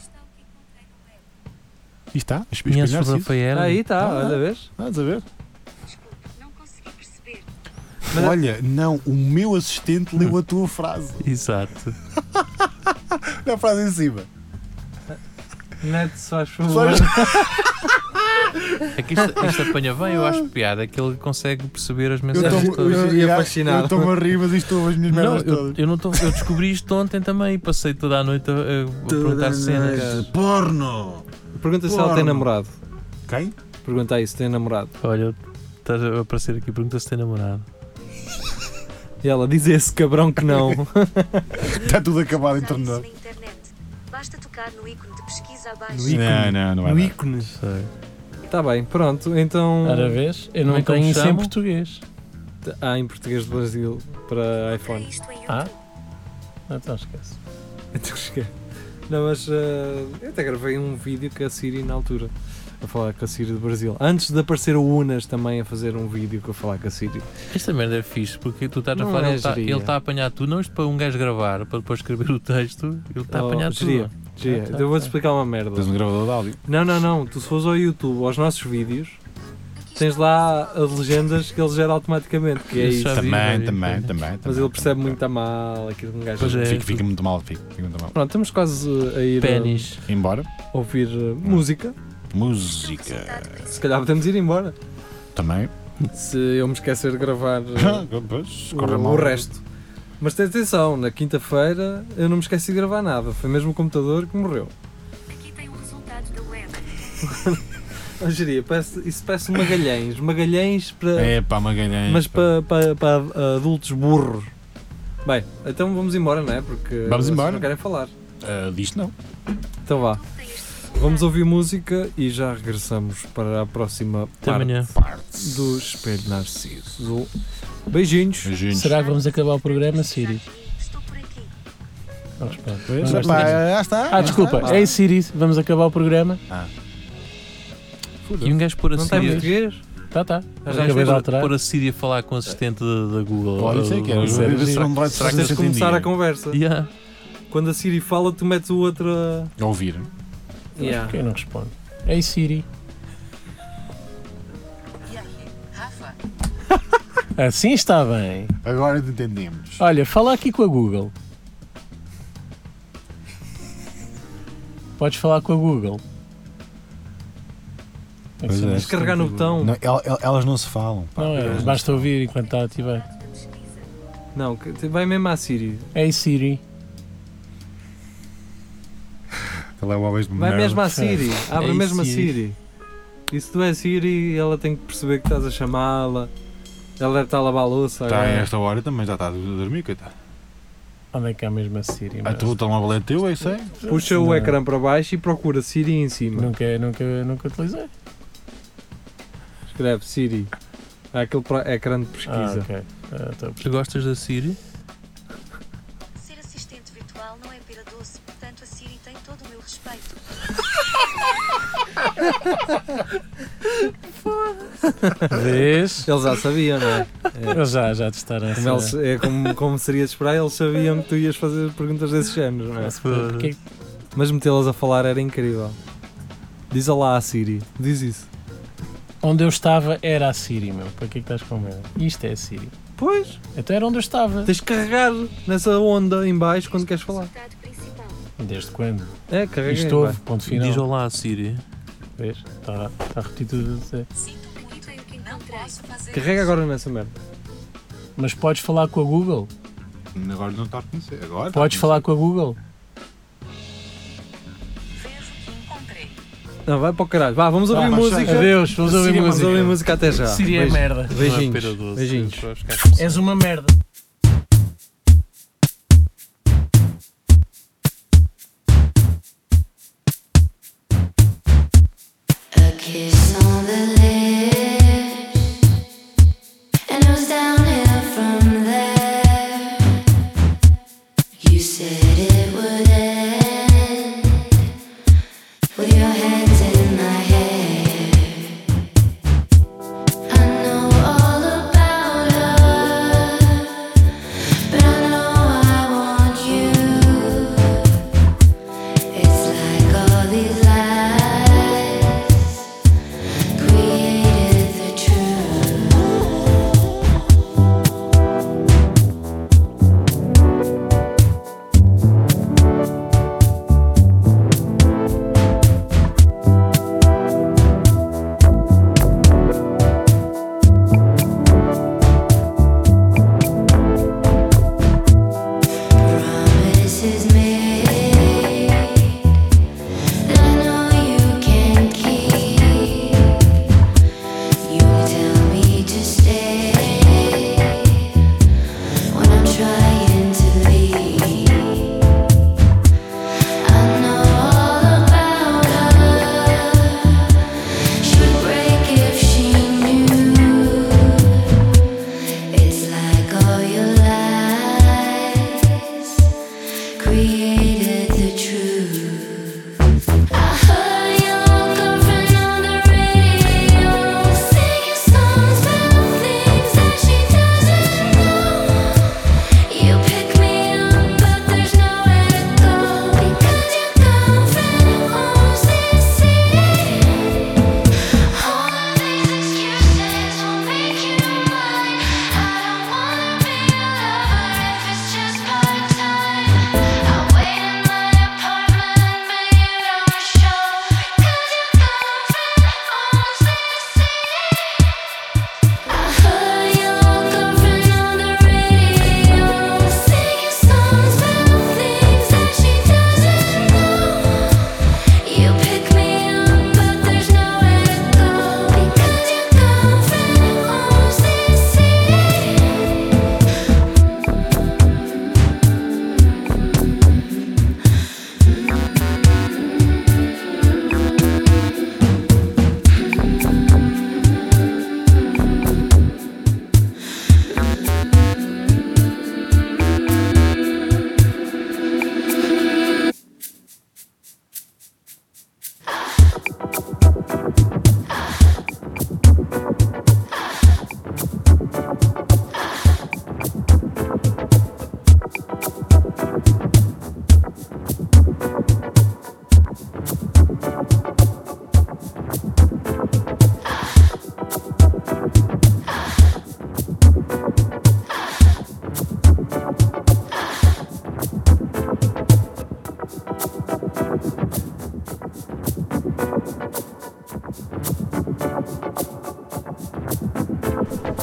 S2: está, Espelho
S4: Conheces o
S2: Narciso.
S4: Rafael?
S1: Tá Aí está,
S4: Tá.
S2: Ah,
S1: olha, vês?
S2: Ah, estás a ver?
S1: Mas-
S2: Olha, não, o meu assistente leu a tua frase.
S4: Exato.
S2: A frase em cima.
S1: Net, se faz
S2: Só
S1: favor.
S2: isto-
S4: É que isto, isto apanha bem, eu acho piada, que ele consegue perceber as
S2: Eu
S4: mensagens
S2: estou-
S4: todas.
S2: eu-
S1: Seria
S2: eu-
S1: fascinado.
S2: Eu estou-me a rir, mas isto estou as minhas
S4: Não,
S2: merdas
S4: eu,
S2: todas.
S4: eu não tô, eu descobri isto ontem também e passei toda a noite a, a perguntar cenas.
S2: Porno!
S1: Pergunta se ela tem
S2: Porno.
S1: namorado.
S2: Quem?
S1: Pergunta aí se tem namorado.
S4: Olha, estás a aparecer aqui, pergunta se tem namorado.
S1: E ela diz a esse cabrão que não.
S2: Está Tá tudo acabado em
S6: Usar isso
S2: torno
S6: na internet. Basta tocar no ícone de pesquisa abaixo. É
S1: No ícone. Não,
S2: não, é não
S1: no ícone.
S4: Sei.
S1: Está Tá bem, pronto. Então.
S3: Ora vês, eu
S4: Como
S3: não
S4: é que eu me
S3: tenho isso em
S4: chamo?
S3: português.
S1: Há em português do Brasil para
S6: Para
S1: iPhone.
S6: isto em
S3: Ah?
S6: YouTube.
S3: Ah, Então esquece.
S1: Então, cheguei. Não, mas eh, eu até gravei um vídeo com a Siri na altura. A falar com a Siri do Brasil. Antes de aparecer o Unas também a fazer um vídeo que eu falar com a Siri.
S4: Esta merda é fixe, porque tu estás a
S1: Não
S4: falar,
S1: é
S4: ele está
S1: geria.
S4: a apanhar tudo, não isto para um gajo gravar, para depois escrever o texto, ele está a
S1: Oh,
S4: apanhar
S1: geria,
S4: tudo.
S1: geria.
S3: Ah, tá,
S1: então Eu vou-te
S3: tá.
S1: explicar uma merda.
S2: Tens um gravador de áudio.
S1: Não, não, não. Tu se fores ao YouTube, aos nossos vídeos, tens lá as legendas que ele gera automaticamente, que é
S4: Isso
S1: isso.
S4: já vi, já
S2: Também,
S4: vi, já
S2: também,
S4: vi.
S2: também.
S1: Mas ele percebe muito a mal aquilo que um gajo.
S4: Pois é.
S2: Fica, fica muito mal, fica, fica muito mal.
S1: Pronto, estamos quase eh, a ir eh,
S4: Pênis.
S2: Embora.
S1: ouvir eh, música.
S2: Música.
S1: Se calhar podemos ir embora.
S2: Também.
S1: Se eu me esquecer de gravar eh,
S2: Pois, se correr
S1: o,
S2: mal.
S1: o resto. Mas tem atenção, na quinta-feira eu não me esqueci de gravar nada. Foi mesmo o computador que morreu.
S6: Aqui tem o resultado da web.
S1: Oh, geria, parece, isso parece um Magalhães. Magalhães para.
S2: É pá, Magalhães.
S1: Mas
S2: pá.
S1: para, para, para adultos burros. Bem, então vamos embora, não é? Porque
S2: Vamos
S1: vocês
S2: embora.
S1: não querem falar.
S2: Ah, disto não.
S1: Então vá.
S6: Tem este
S1: Vamos ouvir música e já regressamos para a próxima
S4: Até
S1: parte
S4: amanhã.
S2: Partes.
S1: do Espelho Narciso. Beijinhos.
S2: Beijinhos.
S3: Será que vamos acabar o programa, É Siri?
S6: Estou por aqui.
S3: Não responde.
S2: Pois,
S3: Não
S2: pá,
S3: responde.
S2: já está.
S3: Ah, desculpa. Ei, Siri, vamos acabar o programa?
S4: E um gajo pôr a
S1: Não tem
S4: Síria.
S1: português?
S3: Tá, tá.
S1: Ah, já
S3: Acabei de
S1: está.
S3: alterar.
S4: Pôr a Síria a falar com o assistente da, da Google.
S2: Olha, isso é que era.
S4: Será
S3: Sério?
S2: Ver se
S1: um
S2: não vai
S4: Será que
S2: ser
S1: Tens de começar
S2: atendido.
S1: a conversa.
S4: Yeah.
S1: Quando a Siri fala, tu metes o outro. a-
S2: A Ouvir.
S1: Yeah.
S3: Quem não responde? Ei, Siri. Assim está bem.
S2: Agora entendemos.
S3: Olha, fala aqui com a Google. Podes falar com a Google.
S2: Pois
S3: Isso
S2: é.
S1: Tens de carregar no botão.
S2: Não, el- el- elas não se falam. pá.
S3: Não é,
S2: Elas
S3: basta ouvir enquanto está ativado.
S6: Resultado da pesquisa.
S1: Não, que- vai mesmo à Siri.
S3: Ei Siri,
S2: Telemóveis é de
S1: Vai
S2: merda.
S1: é mesmo à Siri. Abre
S4: É
S1: mesmo a
S4: Siri.
S1: Siri. E se tu és Siri, ela tem que perceber que estás a chamá-la. Ela deve estar a lavar a louça.
S2: Está a
S1: agora.
S2: Tá, esta hora também, já está a dormir, coitado.
S3: onde é que há mesmo a Siri?
S2: Ah,
S3: meu?
S2: tu o telemóvel é teu, eu sei.
S1: Puxa o
S3: Não.
S1: ecrã para baixo e procura Siri em cima.
S3: Nunca, é, nunca, nunca utilizei.
S1: Escreve Siri. Há aquele pro- ecrã de pesquisa.
S3: Ah, ok. Ah, tá.
S4: Tu gostas da Síria?
S6: Ser assistente virtual não é pera doce, portanto a Siri tem todo o meu respeito.
S3: Vês?
S1: Eles já sabiam, não é?
S3: Eles já, já testaram
S1: Como, eles-
S3: essa.
S1: é como, como seria de esperar, eles sabiam que tu ias fazer perguntas desse género, não é?
S3: essa- porque-
S1: Mas metê-las a falar era incrível. Diz lá à Siri, diz isso.
S3: Onde eu estava era a Siri, meu. Para que é que estás com medo? Isto é a Siri.
S1: Pois,
S3: Então era onde eu estava.
S1: tens de carregar nessa onda em baixo quando queres falar.
S6: Resultado principal.
S3: Desde quando?
S1: É, carrega
S3: Isto
S1: em
S3: houve,
S1: baixo.
S3: ponto final.
S4: Diz olá à Síria.
S3: Vês? Está tá repetido tudo a dizer.
S6: Aqui tem o que encontrei.
S1: Carrega agora nessa merda.
S3: Mas podes falar com a Google?
S2: Agora não está a conhecer. Agora tá está a
S3: Podes
S2: conhecer.
S3: falar com a Google?
S1: Não, vai para o caralho. Vá, vamos ouvir
S2: Ah, mas
S1: música.
S3: Adeus, vamos ouvir
S1: Vamos
S3: música.
S1: ouvir música até já.
S3: Siri é
S1: Beijo.
S3: merda.
S4: Não é
S1: Beijinhos.
S4: pera doce.
S1: Beijinhos.
S4: é
S3: És uma merda.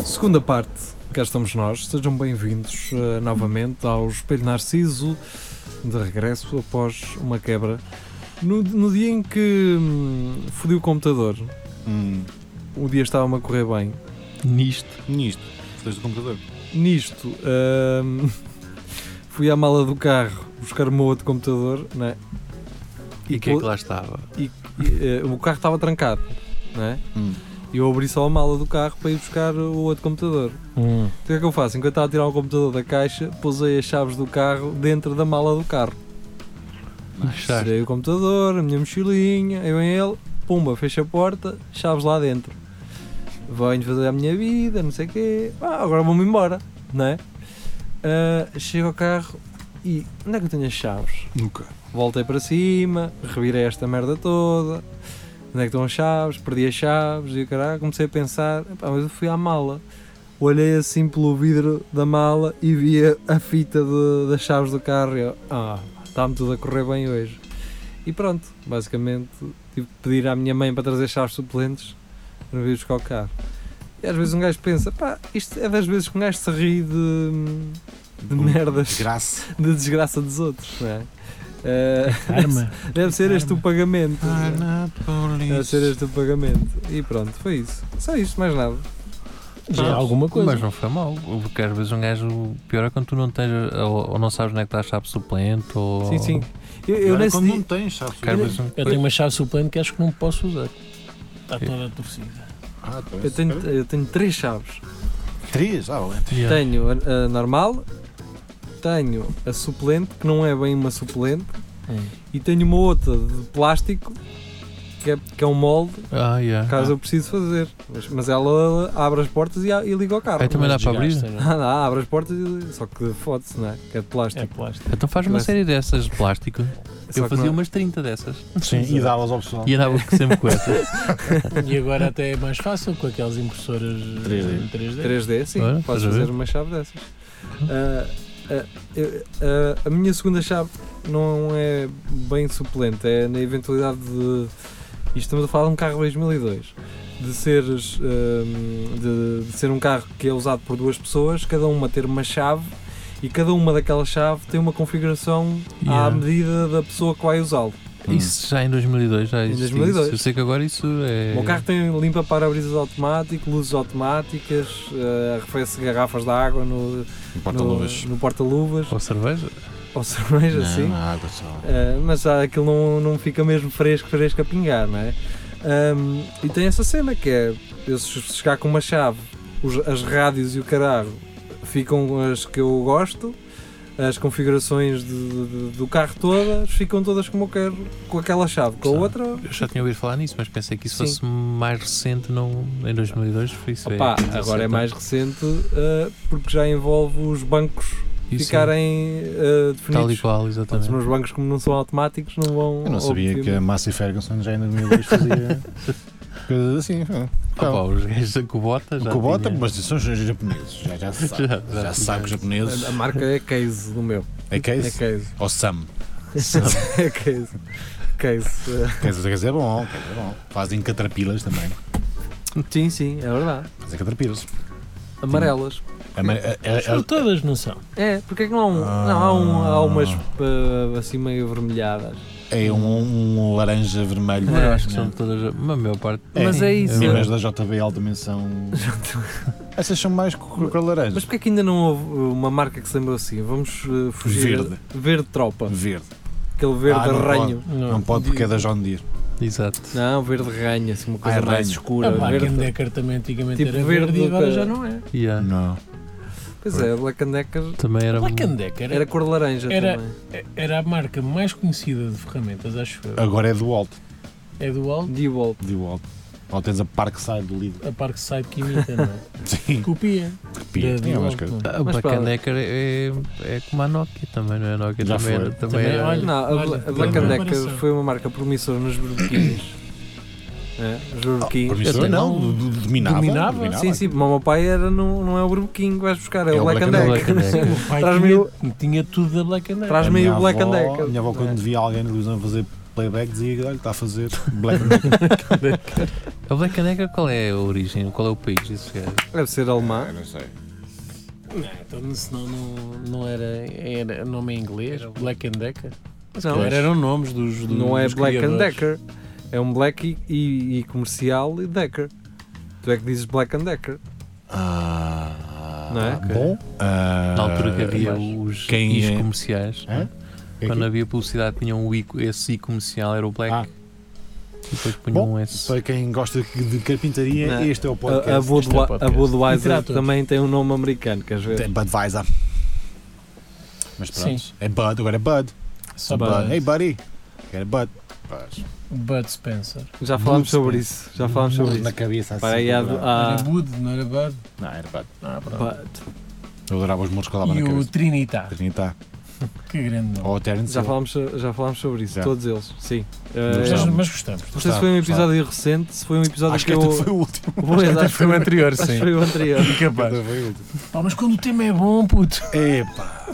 S1: segunda parte, cá estamos nós. Sejam bem-vindos eh, novamente ao Espelho Narciso, de regresso após uma quebra. No, no dia em que hum, fodi o computador,
S2: Hum,
S1: o dia estava-me a correr bem.
S3: Nisto.
S2: nisto. Fodeste o computador.
S1: Nisto, hum, fui à mala do carro buscar o meu outro computador, né?
S4: E o que é que lá estava?
S1: e, eh, o carro estava trancado, né?
S2: Hum.
S1: E eu abri só a mala do carro para ir buscar o outro computador. Então, o que é que eu faço? Enquanto estava a tirar o computador da caixa, pusei as chaves do carro dentro da mala do carro.
S4: Fechaste.
S1: Tirei o computador, a minha mochilinha, eu em ele, pumba, fecho a porta, chaves lá dentro. Venho fazer a minha vida, não sei o quê. Ah, agora vou-me embora, não é? Ah, chego ao carro e onde é que eu tenho as chaves?
S5: Nunca.
S1: Voltei para cima, revirei esta merda toda. Onde é que estão as chaves? Perdi as chaves e o caralho. Comecei a pensar, "Epá, mas eu fui à mala. Olhei assim pelo vidro da mala e vi a- a fita de- das chaves do carro. E eu, ah, está-me tudo a correr bem hoje. E pronto, basicamente tive que pedir à minha mãe para trazer chaves suplentes para vir buscar o carro. E às vezes um gajo pensa, pá, isto é das vezes que um gajo se ri de, de merdas,
S2: Graça.
S1: de desgraça dos outros, não é? Eh,
S3: Arma.
S1: Deve ser este o pagamento.
S4: Ah, é
S1: Deve ser
S2: Anápolis.
S1: este o pagamento. E pronto, foi isso. Só isto, mais nada.
S3: Já é alguma coisa.
S4: Mas não foi mal, porque às vezes um gajo o pior é quando tu não tens ou, ou não sabes onde é que está a chave suplente ou.
S1: Sim, sim. Eu, eu
S2: Agora,
S1: nesse
S2: quando não
S1: dia,
S2: tens, sabes?
S4: Porque às vezes um-
S3: Eu tenho uma chave suplente que acho que não posso usar. Está toda torcida.
S2: Ah, então
S1: eu,
S2: esse-
S1: tenho, eu tenho três chaves.
S2: Três? Ah, valente.
S4: Yeah.
S1: Tenho a, a normal, tenho a suplente, que não é bem uma suplente,
S3: Hum.
S1: e tenho uma outra de plástico, que é, que é um molde,
S4: Ah, yeah.
S1: caso eu precise fazer. Mas, mas ela abre as portas e, a- e liga o carro.
S4: Aí também dá para abrir?
S3: Desgasta, não é?
S1: Ah, dá, abre as portas e só que fode-se, não é? Que é de
S3: É
S1: plástico.
S3: plástico.
S4: Então faz uma
S1: Parece-
S4: série dessas de plástico.
S1: Só
S4: É, Eu
S1: que
S4: fazia
S1: não- é.
S4: umas 30 dessas
S2: Sim, e davas ao pessoal.
S4: e andava sempre com essas.
S3: E agora até é mais fácil com aquelas impressoras
S2: 3D.
S3: 3D.
S1: 3D, sim,
S4: Olha,
S1: podes
S4: estás a ver?
S1: fazer uma chave dessas. Ah, ah, eu- ah, a minha segunda chave não é bem suplente, é na eventualidade de. Isto estamos a falar de um carro 2002. De, seres, ahm, de, de ser um carro que é usado por duas pessoas, cada uma ter uma chave e cada uma daquela chave tem uma configuração à
S4: Yeah.
S1: medida da pessoa que vai usá-lo.
S4: Isso já em 2002 já
S1: Hum. Em
S4: existia.
S1: 2002.
S4: isso. Eu sei que agora isso
S1: O
S4: é.
S1: meu carro tem limpa para-brisas automático, luzes automáticas, ah, arrefece garrafas de água no,
S2: Porta-luvas.
S1: no, no porta-luvas
S4: Ou cerveja?
S1: ou cerveja,
S2: Não,
S1: sim.
S2: não há água só.
S1: Ah, mas ah, aquilo não, não fica mesmo fresco, fresco a pingar, não é? Ahm, e tem essa cena que é: eu se chegar com uma chave, os- as rádios e o caralho ficam as que eu gosto, as configurações de- de- do carro todas ficam todas como eu quero, com aquela chave, com a outra.
S4: Eu já tinha ouvido falar nisso, mas pensei que isso
S1: Sim.
S4: fosse mais recente não, em 2002. Foi isso.
S1: Opá,
S4: é, 17
S1: agora é
S4: anos.
S1: mais recente ah, porque já envolve os bancos
S4: Isso é
S1: ficarem ah,
S4: Tal e
S1: definidos.
S4: qual,
S1: Portanto, os
S4: exatamente.
S1: meus bancos, como não são automáticos, não vão.
S2: Eu não sabia que a Massey Ferguson já em 2002 fazia coisas assim. pá.
S4: Opa, os gajos da Kubota já.
S2: O Kubota,
S4: tinha-
S2: mas são japoneses. Já, já se sabe.
S4: Já-
S2: Já,
S4: já
S2: se sabe que os japoneses.
S1: A marca é Case do meu.
S2: É
S1: É
S2: case?
S1: Case.
S2: Ou Sam?
S1: É Case. Case. eh.
S2: Case case é bom, case é bom. Fazem catrapilas também.
S1: Sim, sim, é verdade.
S2: Fazem catrapilas.
S1: Amarelas.
S2: É, ma- é, é,
S3: São
S2: é,
S3: todas, não são?
S1: É, porque é que não há um.
S2: Ah.
S1: Não, há, um, há umas ah, assim meio avermelhadas.
S2: é um, um laranja vermelho.
S4: Mas eu acho que
S2: Não.
S4: são todas. A a maior parte.
S2: É.
S1: Mas é isso.
S2: E as da JBL também são. Essas são mais com com a laranja.
S1: Mas porque é que ainda não houve uma marca que se lembrou assim? Vamos ah, fugir.
S2: Verde.
S1: Verde tropa.
S2: Verde.
S1: Aquele verde
S2: Ah, não
S1: ranho.
S2: Não pode porque é da John Deere.
S4: Exato.
S1: Não, verde ranho, assim uma coisa
S2: Ah, é
S1: mais
S2: ranho.
S1: escura.
S3: A Black
S1: verde-
S3: and Decker também antigamente
S1: tipo
S3: era
S1: verde,
S3: verde é e agora
S1: do-
S3: já não é.
S4: Yeah.
S2: Não.
S1: Pois é, a Black and Decker
S4: Também era.
S2: é
S4: um-
S3: Black and Decker
S1: era
S3: era,
S1: cor laranja
S3: Era-
S1: também.
S3: era a marca mais conhecida de ferramentas, acho eu.
S2: Agora é do Walt.
S3: É do Walt,
S1: Dewalt.
S2: Do Walt. Ou tens a Parkside do Lidl.
S3: a Parkside que imita, não é?
S2: Sim.
S3: Copia.
S2: Copia.
S3: da-
S2: Tem
S3: do
S2: umas
S3: Walt,
S2: coisas.
S3: não é?
S4: A
S1: Mas
S4: Ah, Black
S1: pá.
S4: and Decker é, é como a Nokia também, não é? A Nokia
S2: Já
S4: também,
S2: foi.
S4: era, também, é-
S3: Também,
S4: era.
S3: olha.
S1: Não, a, Bla- a Black
S2: Olha,
S1: and
S3: também
S1: Decker
S3: apareceu.
S1: foi uma marca promissora nos burbequins. é, os burbequins.
S4: Eu
S2: Permissor
S4: tenho
S2: não,
S4: um-
S2: do- do- dominava.
S3: Dominava?
S1: sim, sim, mamãe pai era não, não é o burbequinho que vais buscar, é, o Black and
S4: A
S1: Decker.
S4: Black and
S3: Sim,
S4: Decker.
S3: o pai
S1: Traz-me
S3: tinha, tinha tudo da Black and Decker.
S1: Traz-
S2: A
S1: Faz meio
S2: minha
S1: Black
S2: avó-
S1: and Decker.
S2: Minha avó, quando
S1: É.
S2: via alguém na televisão fazer playback dizia: olha, está a fazer black
S4: A Black and Decker qual é a origem? Qual é o país disso? cara?
S1: Deve ser alemã.
S7: Ah, não sei.
S3: Não, então senão não, não era, era nome em inglês, Black and Decker.
S1: Não,
S3: Não, eram nomes dos, dos
S1: não é
S3: dos
S1: Black and
S3: criadores.
S1: Decker. É um Black e, e- e comercial e Decker. Tu é que dizes Black and Decker.
S2: Ah,
S1: Não é?
S2: Bom. ah,
S4: Na altura que havia
S2: mas
S4: os
S2: quem
S4: is
S2: é?
S4: comerciais,
S2: Hã? é
S4: quando
S2: que-
S4: havia publicidade tinham um i, esse i comercial era o Black.
S2: Ah.
S4: E depois punham
S2: Bom,
S4: um S.
S2: Para quem gosta de carpintaria,
S1: Não.
S2: este é o
S1: A, a
S2: podcast.
S1: Budwe-
S3: Isto é podcast.
S1: a Budweiser
S3: Literatura.
S1: também tem um nome americano, queres ver?
S2: Tem Budweiser. Mas pronto.
S3: Sim.
S2: É Bud, agora é Bud.
S3: Só
S2: Bud.
S3: Bud,
S2: Hey, buddy. Agora é Bud.
S3: Bud Spencer.
S1: Já falámos
S2: Bud
S1: sobre
S2: Spencer.
S1: isso. Já falámos sobre
S2: Na
S1: isso.
S2: cabeça assim.
S1: Para aí há- há-
S3: Era Bud, não era Bud?
S2: Não, era Bud.
S3: Ah, pronto.
S1: Ah. Bud.
S2: Eu adorava os muros que eu dava
S3: E
S2: na
S3: o
S2: cabeça.
S3: Trinitar.
S2: Trinitá.
S3: Que grande nome.
S2: Ou o Terence.
S1: Já
S2: Hill.
S1: falámos, já falámos sobre isso,
S2: Já.
S1: todos eles. Sim. Eh,
S3: Mas,
S2: Gostava.
S3: mas gostamos.
S1: não sei se foi um
S2: Gostava,
S1: episódio recente, se foi um episódio
S2: Acho que
S1: que eu.
S2: este foi um o último.
S1: Pois, acho que
S3: Foi o anterior, sim.
S1: foi o anterior.
S3: Capaz.
S2: Este foi o último.
S3: Pá, mas quando o tema é bom, puto.
S2: Epá.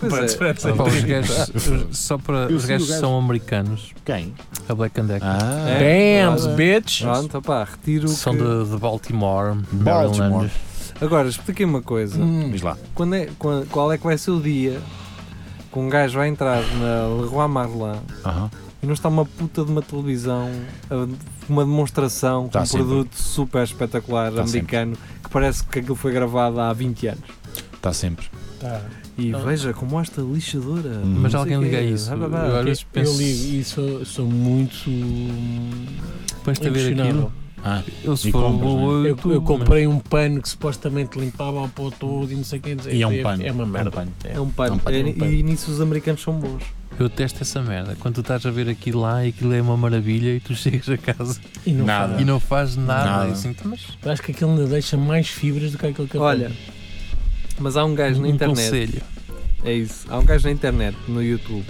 S1: Pois
S3: Bud
S1: é.
S3: Spencer.
S4: Pá, os gajos- os- só para
S2: Eu
S4: os
S2: sei
S4: gajos
S2: o gajo.
S4: são americanos,
S2: Quem?
S4: a Black and Decker.
S2: Ah.
S1: É.
S3: Damn, bitch.
S1: Pronto, opá, retiro. o
S4: São
S1: que-
S4: de, de Baltimore,
S2: Baltimore.
S4: Maryland.
S1: Agora, expliquem me uma coisa.
S3: Hum.
S2: Diz lá.
S1: Quando é, quando- qual é que vai ser o dia que um gajo vai entrar na Leroy Marlin
S2: Aham.
S1: e não está uma puta de uma televisão, a- uma demonstração com
S2: Está
S1: um
S2: Tá sempre. Tá
S1: produto super espetacular
S2: Está
S1: americano que parece que aquilo foi gravado há 20 anos?
S2: Está sempre.
S3: Tá.
S1: E
S3: Ah.
S1: veja como esta lixadora.
S2: Hum.
S4: Mas
S1: não sei
S4: alguém
S1: quê,
S4: liga a isso.
S1: blá, blá, blá.
S4: Eu às
S3: Eu,
S4: vezes penso,
S3: ligo e sou, sou muito hum,
S4: pões-te a ver
S3: impressionável.
S4: aquilo.
S2: Ah.
S4: Eu se
S2: E
S4: for
S2: compras, não é?
S4: bom,
S3: Eu,
S4: tu-
S3: eu comprei um pano que supostamente limpava o pó todo e não sei quem dizer.
S2: E é um pano.
S3: É uma merda.
S2: pano.
S1: É um pano.
S2: É um pano,
S1: É-
S2: é um pano.
S1: E nisso os americanos são bons.
S4: mas Eu testo essa merda. Quando tu estás a ver aquilo lá e aquilo é uma maravilha e tu chegas a casa
S3: E não
S2: Nada.
S3: nada.
S4: e não faz nada.
S2: Nada.
S4: E assim, então, mas
S3: Acho que aquilo ainda deixa mais fibras do que aquele que eu
S1: Olha,
S3: tenho.
S1: Mas há um gajo na
S4: um
S1: internet.
S4: conselho.
S1: É isso. Há um gajo na internet, no YouTube,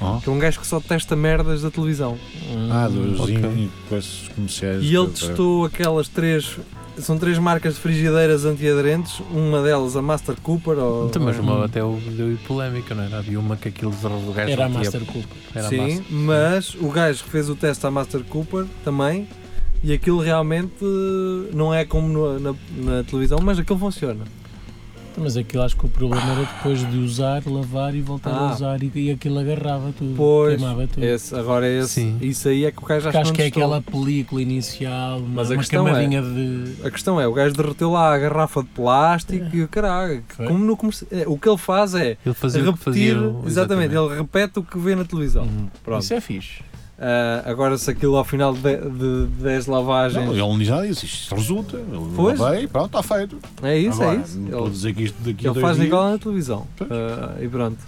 S2: Ah.
S1: que é um gajo que só testa merdas da televisão.
S2: Ah, dos
S4: Ok.
S2: in- in- coisas comerciais.
S1: E ele
S2: coisas-
S1: testou aquelas três. São três marcas de frigideiras antiaderentes. Uma delas a Master Cooper. Ou,
S4: Então, mas
S1: ou-
S4: uma até o- deu polémica, não era? Havia uma que aquilo de o gajo
S3: Era a
S4: não tinha-
S3: Master Cooper.
S4: Era a
S1: Sim,
S4: Master.
S1: mas o gajo que fez o teste à Master Cooper também. E aquilo realmente eh, não é como no- na, na televisão, mas aquilo funciona.
S3: Então, Mas aquilo acho que o problema era depois de usar, lavar e voltar
S1: Ah.
S3: a usar e, e aquilo agarrava tudo.
S1: Pois,
S3: Queimava tudo.
S1: Esse, agora é esse.
S4: Sim.
S1: Isso aí é que o gajo
S3: Porque
S1: acho,
S3: acho
S1: não
S3: que é
S1: testou.
S3: aquela película inicial, uma,
S1: Mas a
S3: uma
S1: questão é-
S3: camadinha de.
S1: A questão é, o gajo derreteu lá a garrafa de plástico e o caralho.
S3: Foi.
S1: Como no comerci- é, O que ele faz é
S4: Ele fazia o que
S1: repetir.
S4: fazia. o- Hum.
S1: Exatamente, ele repete o que vê na televisão.
S3: Uhum.
S1: Pronto.
S3: Isso é fixe.
S1: Ah, agora, se aquilo ao final de de 10 lavagens.
S2: Não, ele não diz nada disso. Isto resulta. Ele
S1: Pois.
S2: lavei, pronto, está feito.
S1: É isso,
S2: Agora,
S1: é isso.
S2: Não estou a
S1: Ele,
S2: dizer que isto daqui a
S1: ele
S2: dois
S1: faz
S2: dias...
S1: igual na televisão. Ah, e pronto.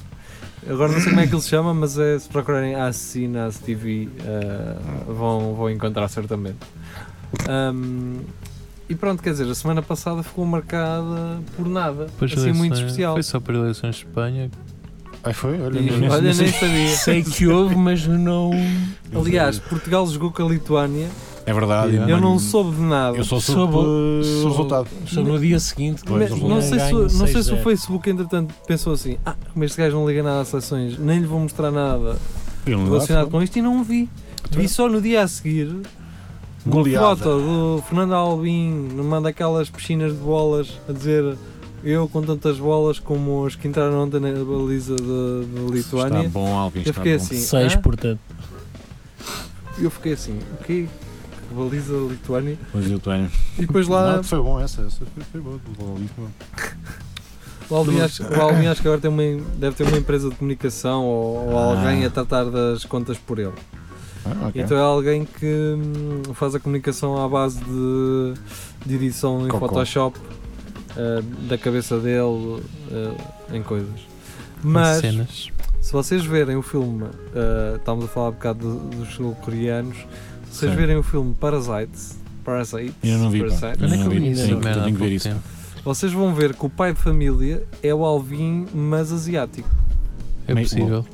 S1: Agora não sei como é que ele se chama, mas é, se procurarem Assina TV ah, vão, vão encontrar certamente. Ahm, e pronto, quer dizer, a semana passada ficou marcada por nada,
S4: Depois
S1: assim
S4: eleições-
S1: muito especial.
S4: Foi só para eleições de Espanha.
S2: Ai, Ah, foi? Olha,
S1: E,
S2: não- não-
S1: olha,
S2: não sei.
S1: nem sabia.
S3: Sei que houve, mas não.
S1: Aliás, Portugal jogou com a Lituânia.
S2: É verdade.
S1: Eu não soube de nada.
S2: Eu só
S3: Soube-
S2: soube pelo
S3: soube-
S2: resultado.
S3: Só no dia seguinte. que
S2: Pois, é
S3: eles
S1: Não
S3: tinham
S1: sei, se,
S3: um ganho
S1: não sei se o
S3: 6-0.
S1: Facebook, entretanto, pensou assim: ah, como este gajo não liga nada às seleções, nem lhe vou mostrar nada
S2: Eu não
S1: relacionado com isto e não vi. Vi só no dia a seguir uma
S2: Goleada.
S1: foto do Fernando Albin numa daquelas piscinas de bolas a dizer eu com tantas bolas como as que entraram ontem na baliza da da
S2: Está
S1: Lituânia.
S2: bom, Alvin,
S1: Eu
S2: está
S1: fiquei
S2: bom.
S1: assim.
S3: Seis,
S1: "Hã?"
S3: portanto.
S1: Eu fiquei assim: o quê? Que Baliza da Lituânia?
S2: Mas eu tenho.
S1: E depois lá,
S2: Não, foi bom essa. Essa foi, foi boa. do Alvin, foi bom.
S1: o Albin acho, o Albin acho que agora tem uma- deve ter uma empresa de comunicação ou, ou alguém a tratar das contas por ele.
S2: Ah, ok.
S1: Então é alguém que hum, faz a comunicação à base de, de edição em
S2: Cocó.
S1: Photoshop eh, da cabeça dele eh, em coisas. Mas
S4: Cenas.
S1: se vocês verem o filme, eh, estávamos a falar um bocado do- dos sul-coreanos, se vocês
S2: Sim.
S1: verem o filme Parasites, Parasites,
S2: Ainda não vi, pá.
S1: Parasites,
S4: Onde é que
S2: não
S4: eu vi
S2: vi,
S4: essa
S2: tenho-
S4: merda
S2: tenho
S4: há
S2: que ver
S4: pouco
S2: isso.
S4: tempo?
S1: vocês vão ver que o pai de família é o Alvin, mas asiático.
S4: É
S2: Meio-
S4: possível.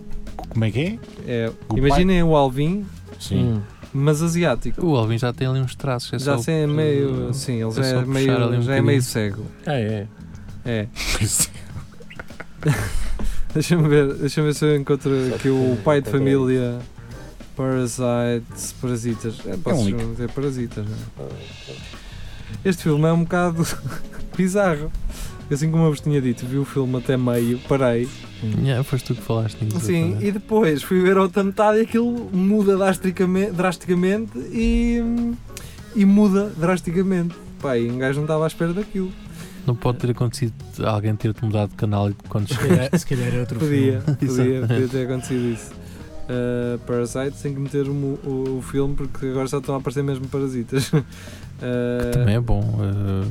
S2: Como é que é?
S1: É,
S2: O
S1: imaginem o Alvin,
S2: Sim.
S3: Hum.
S1: mas asiático.
S4: O Alvin já tem ali uns traços. É
S1: já
S4: só,
S1: assim é meio. Sim, ele já
S4: só
S1: é
S4: puxar ali
S1: meio,
S4: um
S1: já é
S4: bocadinho.
S1: meio cego.
S3: Ah, é.
S1: É. Deixa-me ver, deixa ver se eu encontro aqui o pai de família Parasites, Parasitas. É, posso
S2: link.
S1: dizer Parasitas. não é? Este filme é um bocado bizarro. Assim como eu vos tinha dito, vi o filme até meio, parei.
S4: Yeah, foste tu que falaste nisso.
S1: assim. Sim,
S4: Fernando.
S1: e depois fui ver a outra metade e aquilo muda drasticamente, drasticamente e, e muda drasticamente. Pá, e um gajo não estava à espera daquilo.
S4: Não pode ter acontecido alguém ter-te mudado de canal e quando
S3: Se
S4: chegaste.
S3: calhar, se calhar é outro
S1: Podia,
S3: filme.
S1: podia, podia ter acontecido isso. Uh, Parasite tem que meter o, mu- o- o filme porque agora só estão a aparecer mesmo parasitas. Uh,
S4: Também é bom. eh,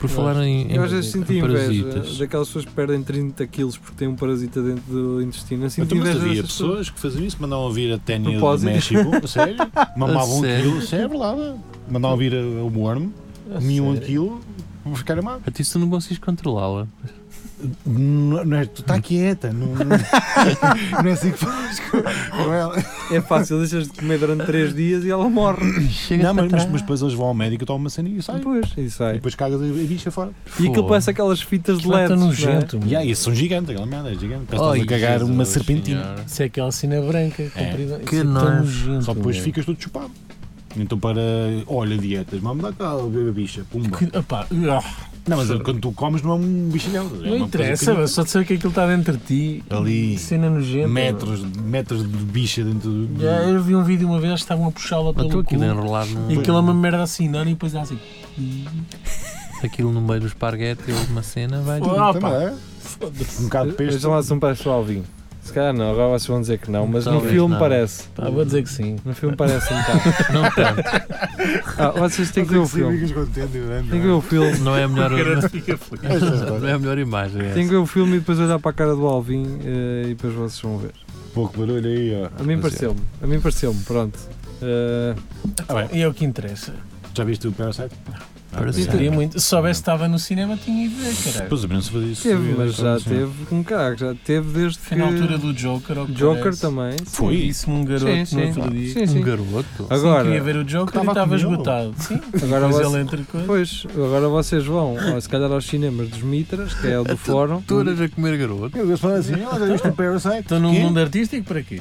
S4: por falar em, em,
S1: eu às vezes senti
S4: em
S1: inveja
S4: parasitas.
S1: daquelas pessoas que perdem 30 quilos porque têm um parasita dentro do intestino. Eu
S2: Eu
S4: Então,
S1: Senti
S2: também
S1: inveja
S2: Então, havia
S1: dessas pessoas.
S2: pessoas que faziam isso, mandavam vir a ténia do
S1: Propósito.
S2: México, sério? Mamavam um
S4: sério?
S2: quilo, sério, é verdade. Mandavam vir a- o worm, comiam um
S3: sério?
S2: quilo, vou ficar amado.
S4: A ti tu não consegues controlá-la.
S2: Não, não é, tu está quieta, não, não não é assim que faz com com ela.
S1: É fácil, deixas de comer durante 3 dias e ela morre.
S4: Chega
S2: Não, mas, mas, mas depois eles vão ao médico, tomam uma cena e saem.
S1: Depois, e
S2: E
S1: sai.
S2: depois cagas a a bicha fora.
S1: E aquilo parece aquelas fitas de
S3: Lá
S4: é
S1: LED.
S3: está
S1: é?
S3: é nojento.
S2: E
S3: mano.
S2: aí, são gigantes, aquela merda é gigante. Parece que estás a cagar uma serpentina.
S3: Isso é aquela cena branca,
S2: É.
S3: comprida.
S4: Que
S3: Isso é tão
S4: nojo.
S3: nojento,
S2: Só depois
S3: meu.
S2: ficas todo chupado. Então para, olha, dietas, vamos dar cá, bebe a bicha, pumba.
S3: Que- opá, ah,
S2: Não, mas quando tu comes não é um bichinhão. é
S3: não
S2: uma
S3: interessa,
S2: É coisa
S3: mas só de saber que aquilo está dentro de ti.
S2: Ali,
S3: Cena nojenta.
S2: pequenina. metros, metros de bicha dentro do...
S3: Já,
S1: É,
S3: eu vi um vídeo uma vez, estavam a puxá-la
S4: Mas tu
S3: pelo cu.
S4: aquilo enrolado num-
S3: E aquilo é uma merda assim, não? E depois dá assim.
S4: aquilo no meio do esparguete e uma cena, vai.
S3: Ah,
S2: Também
S3: pá,
S2: é?
S3: foda-se.
S2: Um bocado de peixe.
S1: Vejam lá se não parece o Alvin. Se calhar não, agora vocês vão dizer que não, mas no
S4: Talvez
S1: filme
S4: não.
S1: parece.
S3: Pá, vou dizer que sim.
S1: No filme parece um bocado.
S4: Não tanto.
S1: Ah, vocês têm que ver o filme. Tem que ver o filme.
S4: Não é a melhor,
S3: fica feliz.
S4: não é a melhor imagem. essa.
S1: Tem que ver o filme e depois olhar para a cara do Alvin eh, e depois vocês vão ver.
S2: Pouco barulho aí, ó.
S1: A mim pareceu-me, a mim pareceu-me, pronto. Eh,
S2: Tá
S3: E é o que interessa.
S2: Já viste o Parasite? Ah, é.
S4: Parasite.
S3: Queria muito. Se soubesse que estava no cinema, tinha ido ver, caralho.
S2: Pois, não se fazia isso. assim.
S1: teve, mas já
S2: Sim.
S1: teve com caralho, já teve desde
S3: Foi na altura
S1: que.
S3: do Joker. ao que
S1: Joker
S3: parece.
S1: também. sim.
S2: Foi.
S3: Disse-me um garoto
S1: Sim,
S3: no
S1: sim.
S3: outro dia.
S1: Sim,
S4: Um
S1: sim.
S4: garoto.
S3: Sim, queria
S1: Agora,
S3: Assim ver o Joker e
S2: Estava
S3: estava
S2: com ele.
S3: esgotado. Sim.
S1: agora
S3: Depois
S1: você-
S3: ele entra com
S1: pois, agora vocês vão, ó, se calhar aos cinemas dos Mitras, que é o do Fórum.
S4: Tu eras a comer garoto.
S2: Eu gosto de falar assim, ela já viste o Parasite?
S3: Estou num
S2: Quê?
S3: mundo artístico para quê?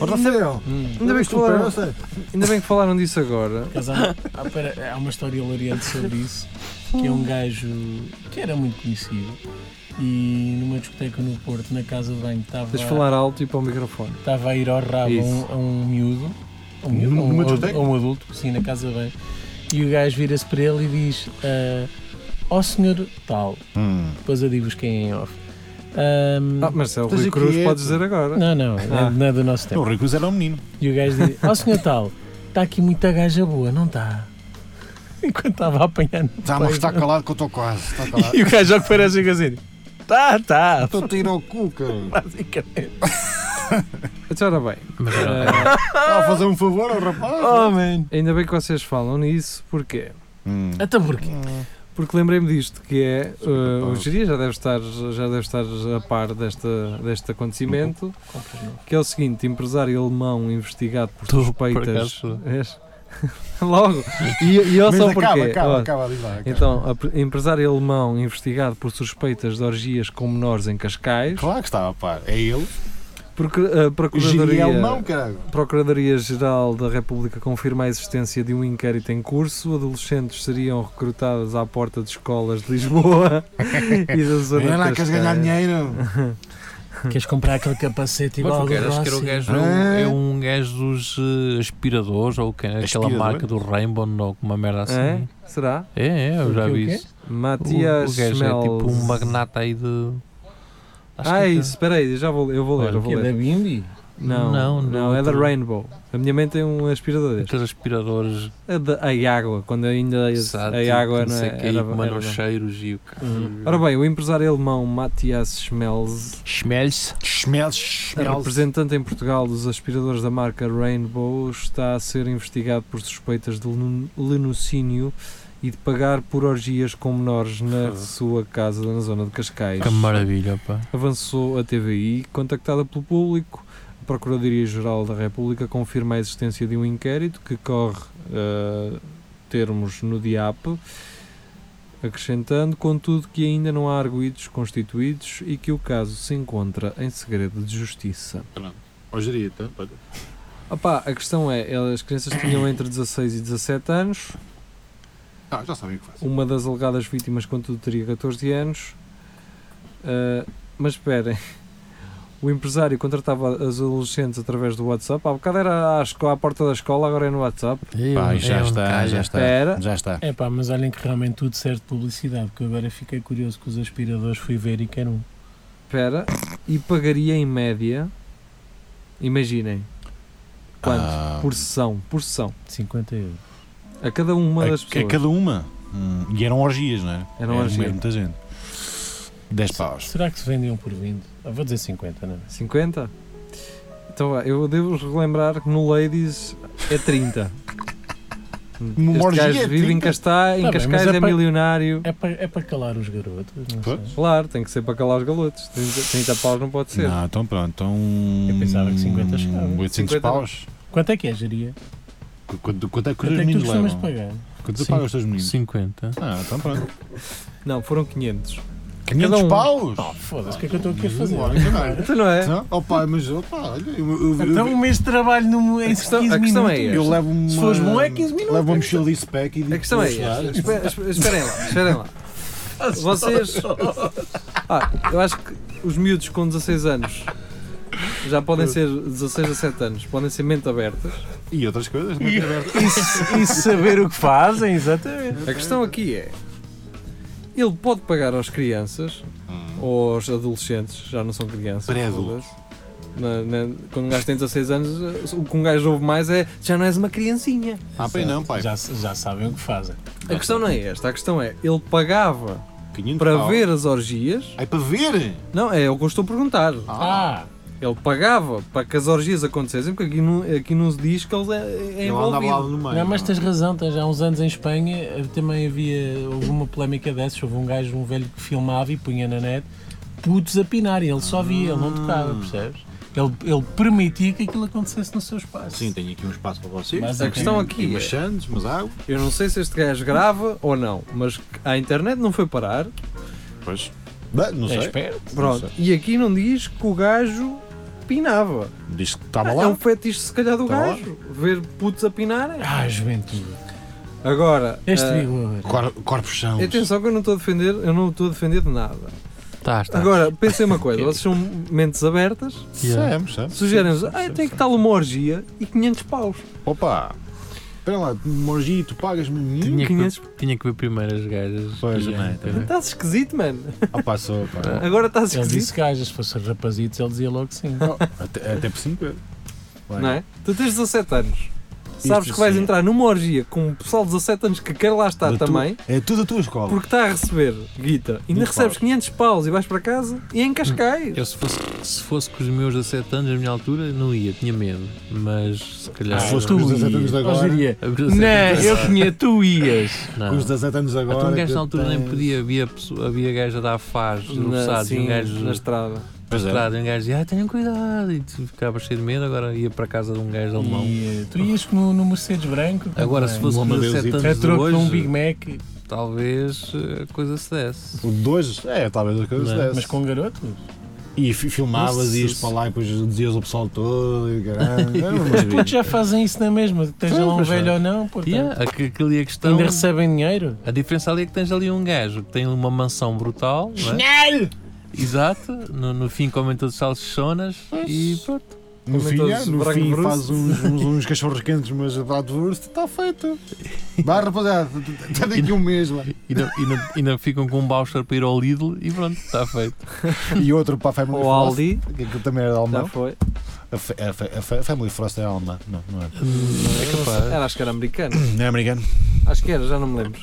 S2: Ó, Rafael,
S1: Ainda bem que
S2: viste o
S1: falaram,
S2: Parasite?
S1: ainda bem que falaram disso agora.
S3: Mas há, há, para- há uma história hilariante sobre isso, que é um gajo que era muito conhecido e numa discoteca no Porto, na casa de banho, estava
S1: Tens de falar alto e para o microfone.
S3: estava a ir ao rabo a um,
S1: Isso.
S3: a um miúdo, a um, miúdo, a um-
S2: Numa
S3: a um-
S2: discoteca?
S3: a um adulto, sim, na casa de banho, e o gajo vira-se para ele e diz: ah, Ó senhor tal,
S2: Hum.
S3: depois eu digo-vos quem é em off.
S5: Hum.
S3: Ahm,
S1: Ah, mas se é o
S2: Estás
S1: Rui
S2: aqui,
S1: Cruz,
S2: é,
S1: podes
S2: pá.
S1: dizer agora.
S3: não, não,
S1: Ah.
S3: é não é do nosso tempo.
S2: O Ricos era um menino.
S3: E o gajo diz: Ó senhor tal, está aqui muita gaja boa, não está? Enquanto estava a apanhar no
S5: Está, Tá, mas está calado que eu estou quase. Está calado.
S3: E o gajo ao que parece fica assim. Tá, tá.
S5: Estou a tirar o cu,
S1: Ah.
S5: cara.
S3: Basicamente.
S1: Então, ora bem,
S4: Mas é
S1: eh,
S4: era-
S5: Está a fazer um favor ao rapaz.
S1: Ah.
S3: Oh, man.
S1: ainda bem que vocês falam nisso, porquê?
S2: Hum.
S3: Até porque.
S1: Porque lembrei-me disto, que é eh, o Geria já deve estar, já deve estar a par desta, deste acontecimento, que é o seguinte, empresário alemão investigado por
S4: Tu, por
S1: suspeitas.
S4: acaso.
S1: Vês? Logo! E, e eu
S5: Mas
S1: só
S5: acaba,
S1: porquê.
S5: acaba,
S1: Ó,
S5: acaba ali lá. acaba.
S1: Então, a pre- empresário alemão investigado por suspeitas de orgias com menores em Cascais,
S2: Claro que estava, pá. É ele.
S1: porque a
S5: O Giri é
S1: Procuradoria...
S5: alemão, caralho.
S1: Procuradoria-Geral da República confirma a existência de um inquérito em curso. Adolescentes seriam recrutados à porta de escolas de Lisboa e da zona
S5: Olha lá,
S1: de
S5: queres ganhar
S1: Cascais.
S5: dinheiro?
S3: Queres comprar aquele capacete igual
S4: Mas
S3: ao
S4: o
S3: do
S4: que era? Acho que era o
S3: Rossi?
S4: gajo,
S5: Ah.
S4: é um gajo dos eh, aspiradores ou que, aquela
S2: Aspirador?
S4: marca do Rainbow ou uma merda assim.
S1: É? Será?
S4: É, é, eu já
S3: O quê, o
S4: vi
S3: quê?
S4: isso. O,
S1: Matias
S4: o gajo é tipo um
S1: Schmelz.
S4: magnata aí de. acho que
S1: Ah,
S4: é-
S1: é isso. Espera aí, já vou, eu vou ler.
S4: Olha, é
S1: eu
S3: O
S1: vou
S3: quê? é Da
S1: ler.
S3: Bindi?
S1: Não, não,
S4: Não, não,
S1: é da
S4: tá-
S1: Rainbow. A minha mãe tem um aspirador deste.
S4: Aqueles aspiradores
S1: É da a água, quando ainda
S4: exato,
S1: a água
S4: não
S1: não
S4: sei
S1: é,
S4: o que,
S1: era,
S4: que mandam
S1: era-
S4: cheiros e o que.
S3: Uhum.
S1: Ora bem, o empresário alemão Matias Schmelz
S4: Schmelz.
S2: Schmelz,
S1: A
S2: schmelz.
S1: representante em Portugal dos aspiradores da marca Rainbow está a ser investigado por suspeitas de lenu- lenocínio e de pagar por orgias com menores na sua casa na zona de Cascais.
S4: Que maravilha, pá.
S1: Avançou a TVI, contactada pelo público. A Procuradoria-Geral da República confirma a existência de um inquérito que corre eh, termos no DIAP, acrescentando, contudo, que ainda não há arguídos constituídos e que o caso se encontra em segredo de justiça.
S2: Ó, geria, tá? Olha.
S1: Opa, a questão é, elas- as crianças tinham entre 16 e 17 anos,
S5: Ah, já sabem o que fazem.
S1: uma das alegadas vítimas, contudo, teria 14 anos. Ah, mas esperem, o empresário contratava as adolescentes através do WhatsApp. Há bocado era à, esco- à porta da escola, agora é no WhatsApp.
S2: Pá,
S7: Eu-
S2: já
S7: é um
S2: está,
S7: bocado.
S2: já está.
S1: Espera.
S2: Já está.
S3: É pá, mas olhem que realmente tudo serve de publicidade, porque agora fiquei curioso com os aspiradores, fui ver e quero um.
S1: Espera, e pagaria em média, imaginem, quanto?
S2: Ah,
S1: Por sessão, por sessão.
S3: 50 euros.
S1: A cada uma
S2: é-
S1: das
S2: É
S1: pessoas. um
S2: cada uma. Hum, E eram orgias, não é?
S1: Eram
S2: Era
S1: orgia.
S2: mesmo muita gente. 10 paus.
S3: Será que se vendiam por 20? Ah, vou dizer 50, não é?
S1: 50? Então vá, eu devo-vos relembrar que no Ladies é 30.
S5: Numa
S1: este
S5: orgia
S1: gajo
S5: é
S1: vive em
S5: 30?
S1: Cascais, em
S3: Tá bem,
S1: Cascais
S3: mas é
S1: é,
S3: pa-
S1: milionário.
S3: É para, é para calar os garotos, não
S2: Pois.
S3: sei.
S1: Claro, tem que ser para calar os galotes. 30, 30 paus não pode ser.
S2: Não, então pronto. Então,
S3: Eu pensava que 50 chegava.
S2: 800
S1: 50
S2: paus.
S3: Quanto é que é, geria?
S2: Qu- Quanto, quanto é que
S3: Quanto
S2: os
S3: é que tu
S2: meninos
S3: costumas
S2: levam?
S3: pagar?
S2: Quanto tu
S7: Sim.
S2: pagas os teus meninos?
S7: 50.
S2: Ah, então pronto.
S1: Não, foram 500.
S2: 500
S1: um.
S2: paus?
S3: Oh, foda-se, o que é que eu estou aqui a fazer?
S5: Olha, caralho.
S1: Então não é?
S5: Não? Oh, pá, mas oh, pá, olha, eu, eu, eu,
S3: Então um mês de trabalho no, em
S1: A questão-
S3: 15
S1: a questão
S3: minutos.
S1: é esta.
S5: eu levo uma.
S3: Se fores bom é 15 minutos.
S5: Levo uma mochila de spec e digo.
S1: A questão é
S5: "Poxa,
S1: esta.
S5: olha,
S1: Espe- espe- Esperem lá, esperem lá. Vocês. Ah, eu acho que os miúdos com 16 anos já podem ser 16 a 7 anos, podem ser mente abertas.
S5: E outras coisas. não é?
S3: E, e saber o que fazem, exatamente.
S1: A questão aqui é: ele pode pagar às crianças ou aos adolescentes, já não são crianças.
S2: Pré-adultos.
S1: todas. Na- na- quando um gajo tem 16 anos, o que um gajo ouve mais é já não és uma criancinha.
S2: Ah, bem não, pai.
S3: Já, já sabem o que fazem.
S1: A questão não é esta, a questão é: ele pagava
S2: 500
S1: para
S2: paus.
S1: ver as orgias.
S2: Ai, É para ver?
S1: Não, é o que eu estou a perguntar.
S3: Ah,
S1: Ele pagava para que as orgias acontecessem, porque aqui não, aqui não se diz que ele é, é
S5: Ele andava lá
S1: envolvido.
S5: no meio.
S3: não, mas tens razão, tens, há uns anos em Espanha eh, também havia, houve uma polémica dessas, houve um gajo, um velho que filmava e punha na net putos a pinar e ele só via,
S1: Ah.
S3: ele não tocava, percebes? Ele, ele permitia que aquilo acontecesse no seu espaço.
S2: Sim, tenho aqui um espaço para vocês.
S3: Mas
S1: A questão aqui
S2: Umas
S1: é,
S2: sandes, umas águas.
S1: Eu não sei se este gajo grava ou não, mas a internet não foi parar.
S2: Pois. Bem, Não
S3: é
S2: sei.
S3: esperto.
S1: Pronto. E aqui não diz que o gajo pinava.
S2: Diz que estava
S1: É um
S2: Ah, lá.
S1: fetiche, se calhar, do
S2: Tá lá.
S1: gajo. Ver putos a pinarem.
S3: Ah, juventude.
S1: Agora,
S3: Este
S1: ah,
S3: vigor.
S2: Cor, corpos são.
S1: atenção que eu não estou a defender, eu não estou a defender de nada.
S7: Tá, está.
S1: Agora, pensem uma coisa, vocês são mentes abertas,
S7: Yeah.
S2: Sabemos, sabemos.
S1: sugerem-vos, ah, tem que estar uma orgia e 500 paus.
S2: Opa! Espera lá, Morgi, tu pagas-me mim?
S7: Tinha, que,
S1: 500.
S7: ver- tinha que ver primeiro as gajas.
S2: Pois,
S7: que iam,
S2: não é?
S7: entendeu?
S1: Estás esquisito, mano.
S2: Ah, pá, só, pá.
S1: Agora estás
S2: É
S3: Ele disse
S1: esquisito,
S3: gajas, se fossem rapazitos, ele dizia logo que sim.
S2: Até, até por 5 euros.
S1: É. não é? Tu tens 17 anos. Sabes que vais
S2: sim.
S1: entrar numa orgia com um pessoal de 17 anos que quer lá estar
S2: Da tu-
S1: Tá também.
S2: É tudo a tua escola.
S1: Porque está a receber guita, ainda
S2: Mil
S1: recebes
S2: paus.
S1: 500 paus e vais para casa e é em Cascais.
S7: Eu se fosse, se fosse com os meus 17 anos, a minha altura, não ia, tinha medo. Mas se calhar.
S2: Ah,
S4: É
S2: Se fosse com os 17 anos de
S3: Eu
S2: agora.
S3: diria,
S7: A verdade é
S3: não,
S7: que-
S3: Né, eu tinha, tu ias.
S7: Não.
S2: Com os 17 anos de agora.
S7: Então um gajo
S2: que
S7: na altura nem
S2: tens-
S7: podia, havia, pessoa- havia gajo a dar faz,
S1: na,
S7: debruçados, e um
S1: sim,
S7: gajo
S1: na estrada.
S2: Pois é.
S7: estrada, e um gajo dizia, ah, tenham cuidado, e tu ficavas cheio de medo, agora ia para a casa de um gajo alemão.
S3: E, eh, tu ias no, no Mercedes branco.
S7: Agora, se fosse
S2: Um homem
S7: com 17
S2: deusito.
S3: a
S7: anos de
S3: troco de um Big
S7: hoje,
S3: Mac,
S7: talvez eh, a coisa se desse.
S2: O Dois, é, talvez as coisas
S7: Não é?
S2: dessem.
S3: mas com garotos.
S2: E fi- filmavas,
S7: Nossa,
S2: ias
S7: se-
S2: para lá e depois dizias o pessoal todo e caralho. Era uma
S3: Os putos
S2: maravilha.
S3: já fazem isso na mesma, esteja lá um velho ou não, portanto.
S7: Yeah, aqu- aquilo é a questão.
S3: Ainda
S4: então-
S3: recebem dinheiro.
S7: A diferença ali é que tens ali um gajo que tem uma mansão brutal, não é? Exato, no, no fim comem todos salsichonas e pronto.
S2: No
S1: Comem
S2: fim,
S1: todos
S2: é, no
S1: branco
S2: fim
S1: bruto.
S2: faz uns, uns, uns cachorros quentes, mas a prato de urso está feito. Vá, rapaziada, até daqui a um mês lá.
S7: E não- e não- e não ficam com um voucher para ir ao Lidl e pronto, está feito.
S2: E outro para a Family
S1: Ou
S2: Frost,
S1: Aldi,
S2: que aquilo também era
S1: já
S2: alemão.
S7: É
S1: foi.
S2: A, fa- a fa- a fa- a Family Frost é alemã, não, não é?
S7: É capaz.
S1: Era, acho que era americano.
S2: Não é americano?
S1: Acho que era, já não me lembro.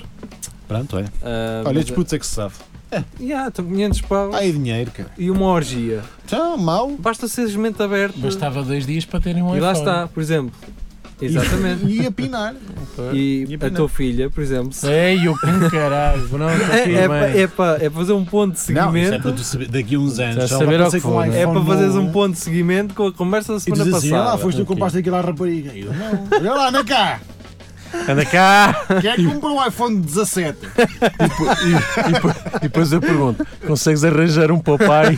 S2: Pronto, olha.
S1: Ah,
S2: Olha,
S1: mas- ah,
S2: estes putos é que se sabe.
S1: Yeah, estão 500 paus
S2: Há aí dinheiro, cara.
S1: e uma orgia.
S2: Então, mau.
S1: Basta seres mente aberta
S3: Bastava dois dias para terem um
S1: e lá
S3: tá iPhone.
S1: está, por exemplo. Exatamente.
S2: E a pinar.
S1: E,
S2: E
S1: a tua filha, por exemplo. se-
S3: Ei, o que caralho, pronto,
S1: É, é,
S3: aqui,
S1: pa-
S3: mãe.
S1: é pa- é para fazer um ponto de
S2: Não, isso é para
S1: seguimento.
S2: tu saber daqui a uns anos.
S3: Já
S2: Só
S3: saber ao
S2: vai
S3: que
S2: ser com
S3: for, não
S1: É para
S2: iPhone
S1: fazeres
S2: novo.
S1: um ponto de seguimento com a conversa da
S2: E
S1: semana
S2: diz assim, olha
S1: passada.
S2: lá, foste tu que compraste aquilo à rapariga. Eu não. Olha lá, anda cá.
S1: Anda cá!
S5: Quem é que comprou um iPhone 17?
S8: E, depois- e depois eu pergunto: consegues arranjar um papai?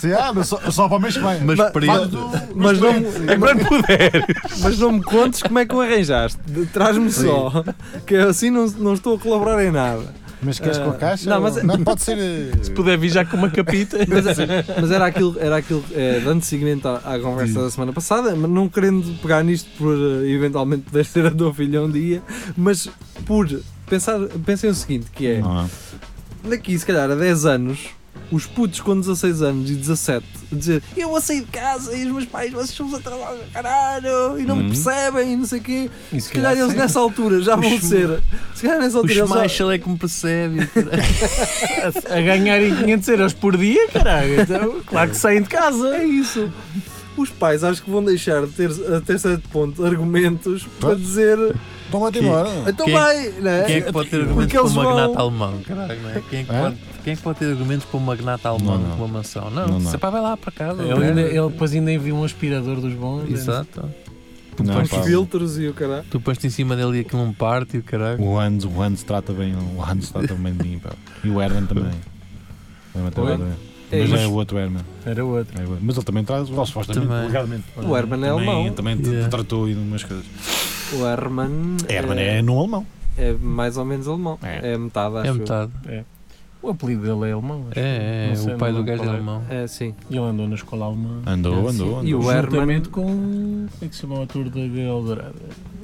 S5: Sim, ah, mas só, só para o mês que vem.
S7: Mas
S8: Mas-
S7: para
S5: Faz
S7: ele-
S5: do-
S1: Mas não,
S5: Sim.
S8: Quando puder.
S1: mas não me contes como é que o arranjaste. De- Traz-me só. Que eu assim não, não estou a colaborar em nada.
S5: Mas queres
S1: Ah,
S5: com a caixa?
S1: não,
S5: ou-
S1: mas-
S5: não pode ser. eh,
S8: Se puder vir já com uma capita.
S1: Mas, é, mas era aquilo, era aquilo eh, dando seguimento à, à conversa da semana passada, mas não querendo pegar nisto por eh, eventualmente poder ser a tua filha um dia, mas por pensar, pensem o seguinte, que é,
S2: Não é?
S1: daqui se calhar a 10 anos, os putos com 16 anos e 17 a dizer eu vou sair de casa e os meus pais vocês são atrasados para caralho e não
S8: Uhum.
S1: me percebem e não sei o quê.
S3: E
S1: Se calhar eles nessa altura já vão ser. Se calhar nessa
S7: O
S1: altura eles já-
S7: Schmeichel é que me percebe.
S3: a ganharem 500 euros por dia, caralho. Então, claro que saem de casa.
S1: É isso. Os pais acho que vão deixar de ter a terceira de ponto argumentos para dizer
S5: Estão lá de embora.
S1: então
S7: Quem-
S1: vai, né?
S7: Quem é que pode ter argumentos
S1: Porque
S7: para um
S1: eles vão-
S7: magnata alemão? Caralho, não é? Quem é que
S5: Hã?
S7: pode- quem é que pode ter argumentos para um magnata alemão
S2: Não, não.
S7: com uma mansão?
S2: Não,
S7: Não,
S2: não.
S7: você pá, vai lá para
S4: É um
S7: casa.
S3: Ele, ainda- ele depois ainda envia um aspirador dos bons.
S7: Exato.
S2: Não,
S1: Com os
S2: pá,
S1: filtros e o caralho.
S7: Tu pões-te em cima dele e aquilo um parte e o caralho.
S2: O Hans, o Hans trata bem, o Hans trata bem de mim, pá. E o Herman também. O Herman também
S1: Oi?
S2: trata bem.
S1: É
S2: Mas não é
S1: isso.
S2: o outro Herman.
S3: Era outro.
S2: É o outro. Mas ele também traz, ele supostamente,
S7: Também.
S2: legalmente.
S1: O Herman é
S2: também,
S1: alemão.
S2: Também te-
S7: Yeah.
S2: te tratou e de umas coisas.
S1: O Herman
S2: Herman é, no alemão.
S1: é mais ou menos alemão.
S2: É.
S1: É, metade, acho
S7: É
S1: eu.
S7: metade.
S3: O apelido dele é alemão. acho.
S7: É, é,
S3: Não sei,
S7: o pai
S3: não
S7: do
S3: lembro
S7: gajo é
S3: qual é.
S7: alemão.
S1: É, sim.
S3: E ele andou na escola alemã.
S2: Andou, andou,
S1: É, E
S2: andou.
S1: o Herman.
S3: Juntamente com. Como é que se chama o ator da Eldorado?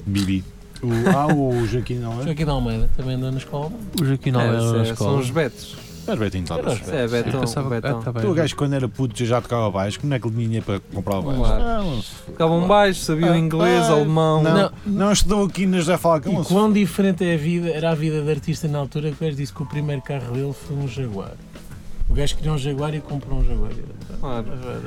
S2: Bibi.
S5: O- ah, o Joaquim não é?
S3: Joaquim de Almeida também andou na escola alemã.
S4: Então,
S7: O Joaquim não
S1: É,
S7: era na
S1: é, são
S7: escola.
S1: os betos.
S2: Mas Betinho está
S3: Era os
S1: É, betão,
S7: Pensava que
S1: betão.
S7: ah, tá bem.
S3: Então,
S2: Tu, o gajo, quando era puto, já tocava baixo. Como é que ele tinha para comprar o baixo?
S1: Claro.
S2: Ah, não, se-
S1: Ficavam baixo, sabiam
S2: Ah,
S1: inglês,
S2: ah,
S1: alemão.
S2: não, não estudou aqui na José Falcão. não
S3: E
S2: se-
S3: quão diferente é a vida, era a vida de artista na altura que o gajo disse que o primeiro carro dele foi um Jaguar. O gajo queria um Jaguar e comprou um Jaguar.
S1: Claro.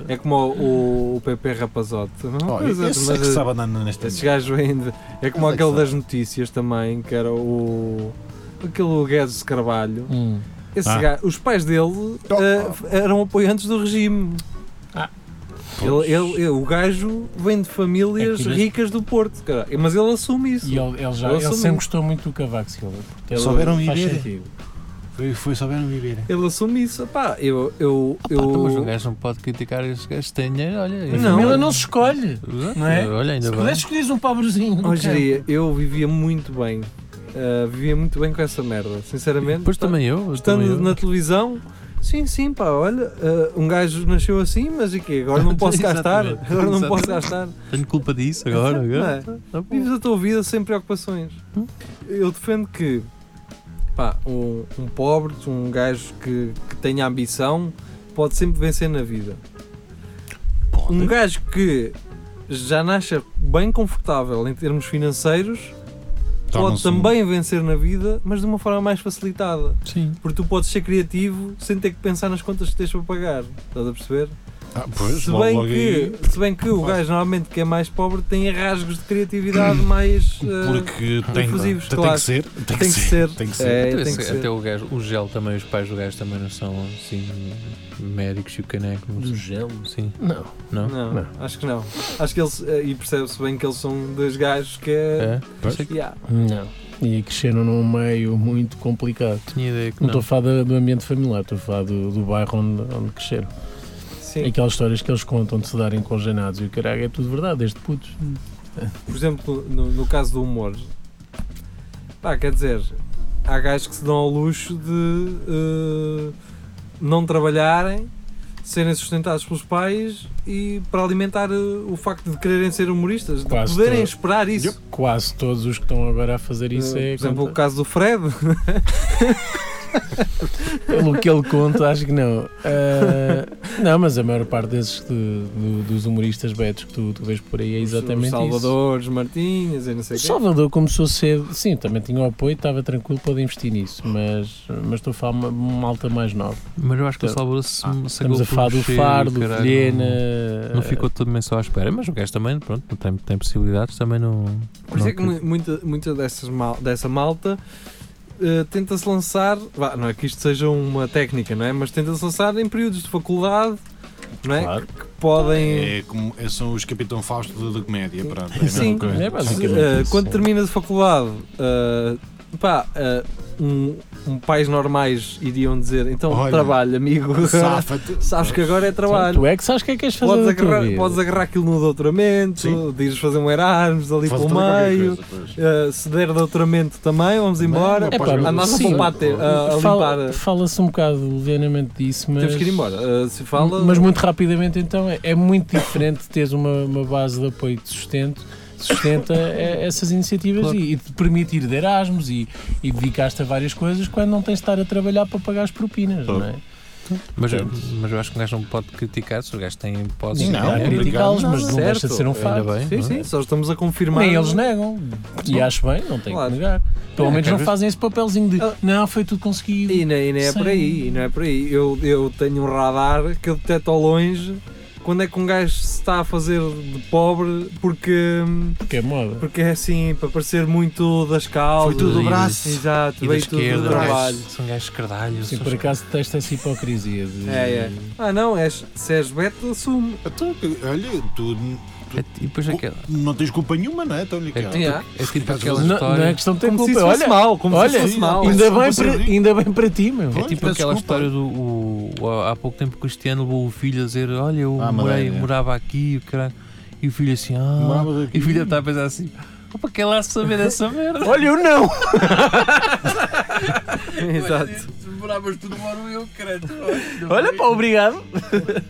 S1: É como o, o PP Rapazote. a mesma
S2: Oh,
S1: coisa,
S2: esse é
S1: mas,
S2: que sabe andar nesta
S1: Esses gajos ainda. É como
S5: Mas é que sabe.
S1: aquele das notícias também, que era o. Aquele Guedes de Carvalho.
S3: Hum.
S1: Esse
S2: Ah.
S1: gajo- os pais dele eh, f- eram apoiantes do regime.
S3: Ah.
S1: Ele, ele- ele- o gajo vem de famílias
S3: É que o gajo-
S1: ricas do Porto, caralho. mas ele assume isso.
S3: E ele, ele já,
S1: Ele
S3: ele
S1: assumiu.
S3: sempre gostou muito do Cavaco Silva. porque ele
S2: Souberam
S3: faz
S2: viver.
S3: sentido.
S2: Foi, foi só ver no viver.
S1: Ele assume isso. Epá, eu. eu,
S7: Ah, pá,
S1: eu
S7: então, Mas o gajo não pode criticar esses gajos que têm dinheiro, olha.
S3: A
S7: ainda
S1: Não.
S3: família
S7: bem.
S3: não se escolhe.
S7: Exato,
S3: não é?
S7: Olha, ainda
S3: Se
S7: bem.
S3: pudesse escolheres um pobrezinho. não
S1: Oh,
S3: quero.
S1: geria, eu vivia muito bem. Ah, vivia muito bem com essa merda, sinceramente.
S7: Depois
S3: então.
S7: também eu.
S1: Estando
S7: também eu.
S1: na televisão, sim, sim, pá, olha, ah, um gajo nasceu assim, mas e quê? Agora não posso gastar,
S7: Exatamente.
S1: agora não posso
S7: Exatamente.
S1: gastar.
S7: Tenho culpa disso agora. agora.
S1: Não é?
S7: Tá bom.
S1: Vives a tua vida sem preocupações.
S7: Hum.
S1: Eu defendo que pá, um, um pobre, um gajo que, que tenha ambição, pode sempre vencer na vida. Um gajo que já nasce bem confortável em termos financeiros, pode
S2: Torna-se um-
S1: também vencer na vida, mas de uma forma mais facilitada.
S7: Sim.
S1: Porque tu podes ser criativo sem ter que pensar nas contas que tens para pagar. Estás a perceber?
S2: Ah, pois,
S1: um- se,
S2: logo,
S1: bem
S2: logo aí,
S1: que, se bem que o
S2: Faz.
S1: gajo normalmente que é mais pobre tem rasgos de criatividade mais. eh,
S2: Porque tem, tem,
S1: infusivos,
S2: tem
S1: claro.
S2: que ser.
S1: tem que ser.
S2: Tem que
S1: É,
S2: ser.
S7: Até
S1: tem
S7: esse-
S1: que ser.
S7: até o, gajo, o gel também, os pais do gajo também não são assim médicos e o caneco. não
S3: Do
S7: sei.
S3: gelo.
S7: Sim.
S3: Não.
S7: Não?
S1: Não, acho que não. Acho que eles. eh, E percebe-se bem que eles são dois gajos que é.
S7: É?
S2: Pois.
S7: Sei que
S1: Yeah.
S3: Não. E cresceram num meio muito complicado.
S7: tinha ideia que
S3: Não estou
S7: não.
S3: a falar da- do ambiente familiar, estou a falar do, do bairro onde, onde cresceram.
S1: Sim.
S3: Aquelas histórias que eles contam de se darem congenados e o caralho é tudo verdade, desde putos.
S1: Por exemplo, no, no caso do humor. Pá, quer dizer, há gajos que se dão ao luxo de eh, não trabalharem, serem sustentados pelos pais e para alimentar eh, o facto de quererem ser humoristas, de
S3: Quase
S1: poderem
S3: todo.
S1: esperar isso.
S3: Quase todos os que estão agora a fazer isso
S1: Eh,
S3: é.
S1: por exemplo, o
S3: conta-
S1: caso do Fred.
S3: Pelo que ele conta, acho que não. Ah, não, mas a maior parte desses que- do- dos humoristas betos que tu, tu vês por aí é exatamente
S1: os
S3: isso.
S1: Salvadores, Martins e não sei
S3: O
S1: o quê.
S3: Salvador começou cedo, sim, também tinha o apoio, estava tranquilo, pode investir nisso, mas, mas estou a falar uma uma malta mais nova.
S7: Mas eu acho que o
S3: Ah,
S7: Salvador se sacou
S3: Estamos a
S7: por
S3: falar do
S7: mexer,
S3: Fardo, do
S7: caralho,
S3: Vilhena.
S7: Não, não ficou tudo bem só à espera. Mas o gajo também, pronto, tem, tem possibilidades, também não.
S1: Por isso
S7: não
S1: é que mu- muita, muita dessas mal- dessa malta eh, tenta-se lançar, vá, não é que isto seja uma técnica, não é? Mas tenta-se lançar em períodos de faculdade não é?
S2: Claro.
S1: Que podem.
S2: É como, é- são os Capitão Fausto da, da comédia, pronto. É a mesma
S1: Sim,
S2: coisa.
S3: é, mas,
S2: Basicamente
S1: eh,
S2: isso.
S1: quando terminas a faculdade, eh, pá, eh, um, um pais normais iriam dizer: então
S2: Olha, Então,
S1: trabalho, amigo. agora-
S2: Safa-te.
S1: Sabes que agora é trabalho.
S3: Tu é que sabes o que é que queres fazer
S1: Podes
S3: da tua
S1: agarrar,
S3: vida.
S1: podes agarrar aquilo no doutoramento,
S2: Sim.
S1: de ires fazer um Erasmus ali
S2: Faz
S1: pelo
S2: toda qualquer
S1: meio.
S2: coisa, pois.
S1: eh, se der doutoramento também, vamos embora.
S3: É pá,
S1: Andas a
S3: sim.
S1: poupar te- a, a limpar. eh,
S3: Fala- Fala-se um bocado levianamente disso, mas...
S1: Temos que ir embora. Eh, se fala.
S3: Mas muito rapidamente, então, é, é muito diferente teres uma, uma base de apoio de sustento sustenta eh, essas iniciativas
S1: Claro.
S3: e, e te permite ir de Erasmus e, e dedicar-te a várias coisas quando não tens de estar a trabalhar para pagar as propinas, não é?
S4: Mas, mas eu acho que um gajo não pode criticar se é os gajos têm hipóteses.
S2: Não,
S3: Há que
S2: obrigado.
S3: É criticá-los, mas não
S1: Certo.
S3: deixa de ser um facto.
S4: Ainda bem. é?
S1: Sim, sim, só estamos a confirmar.
S3: Nem eles né? negam. E acho bem, não tem
S1: Claro.
S3: que negar. Pelo menos não
S4: quer ver-
S3: fazem esse papelzinho de
S1: Ah.
S3: não, foi tudo conseguido.
S1: E nem, e nem é
S3: Sim.
S1: por aí, e não é por aí. Eu, eu tenho um radar que eu detecto ao longe quando é que um gajo se está a fazer de pobre porque,
S3: Porque é moda.
S1: porque é assim, para parecer muito das causas.
S4: Foi tudo do braço
S1: Exato,
S4: E da
S1: veio tudo do
S4: esquerda, é um
S1: trabalho.
S4: gajos- são gajos cardalhos.
S3: Sim,
S4: são
S3: por acaso detesto essa hipocrisia. De...
S1: É, é. Ah não, és, se és beta, assume.
S2: Então, olha, tu n-
S4: E depois É tipo aquela.
S2: não tens culpa nenhuma, não é? Então, olha,
S4: É,
S2: cara.
S1: Yeah.
S4: tipo- é tipo aquela
S3: Não, não é
S4: história.
S3: questão de ter
S1: Como se
S3: culpa.
S1: isso fosse
S3: Olha,
S1: mal, como se
S3: olha,
S1: fosse mal.
S3: ainda,
S2: Como
S3: bem
S2: se fosse
S3: para,
S2: rico.
S3: ainda bem para ti, meu.
S4: É
S2: Olha,
S4: tipo
S2: peço
S4: aquela
S2: desculpa.
S4: história do. o- o- há pouco tempo o Cristiano levou o filho a dizer: Olha, eu
S2: Ah,
S4: morei-
S2: Madeira.
S4: morava aqui, o caralho. E o filho assim: Ah.
S2: Morava aqui.
S4: E o filho está a pensar assim: Opa, quer lá saber dessa merda?
S3: Olha, eu não!
S1: Exato.
S7: Moravas tu no Moro eu, credo.
S3: Olha, pá, obrigado.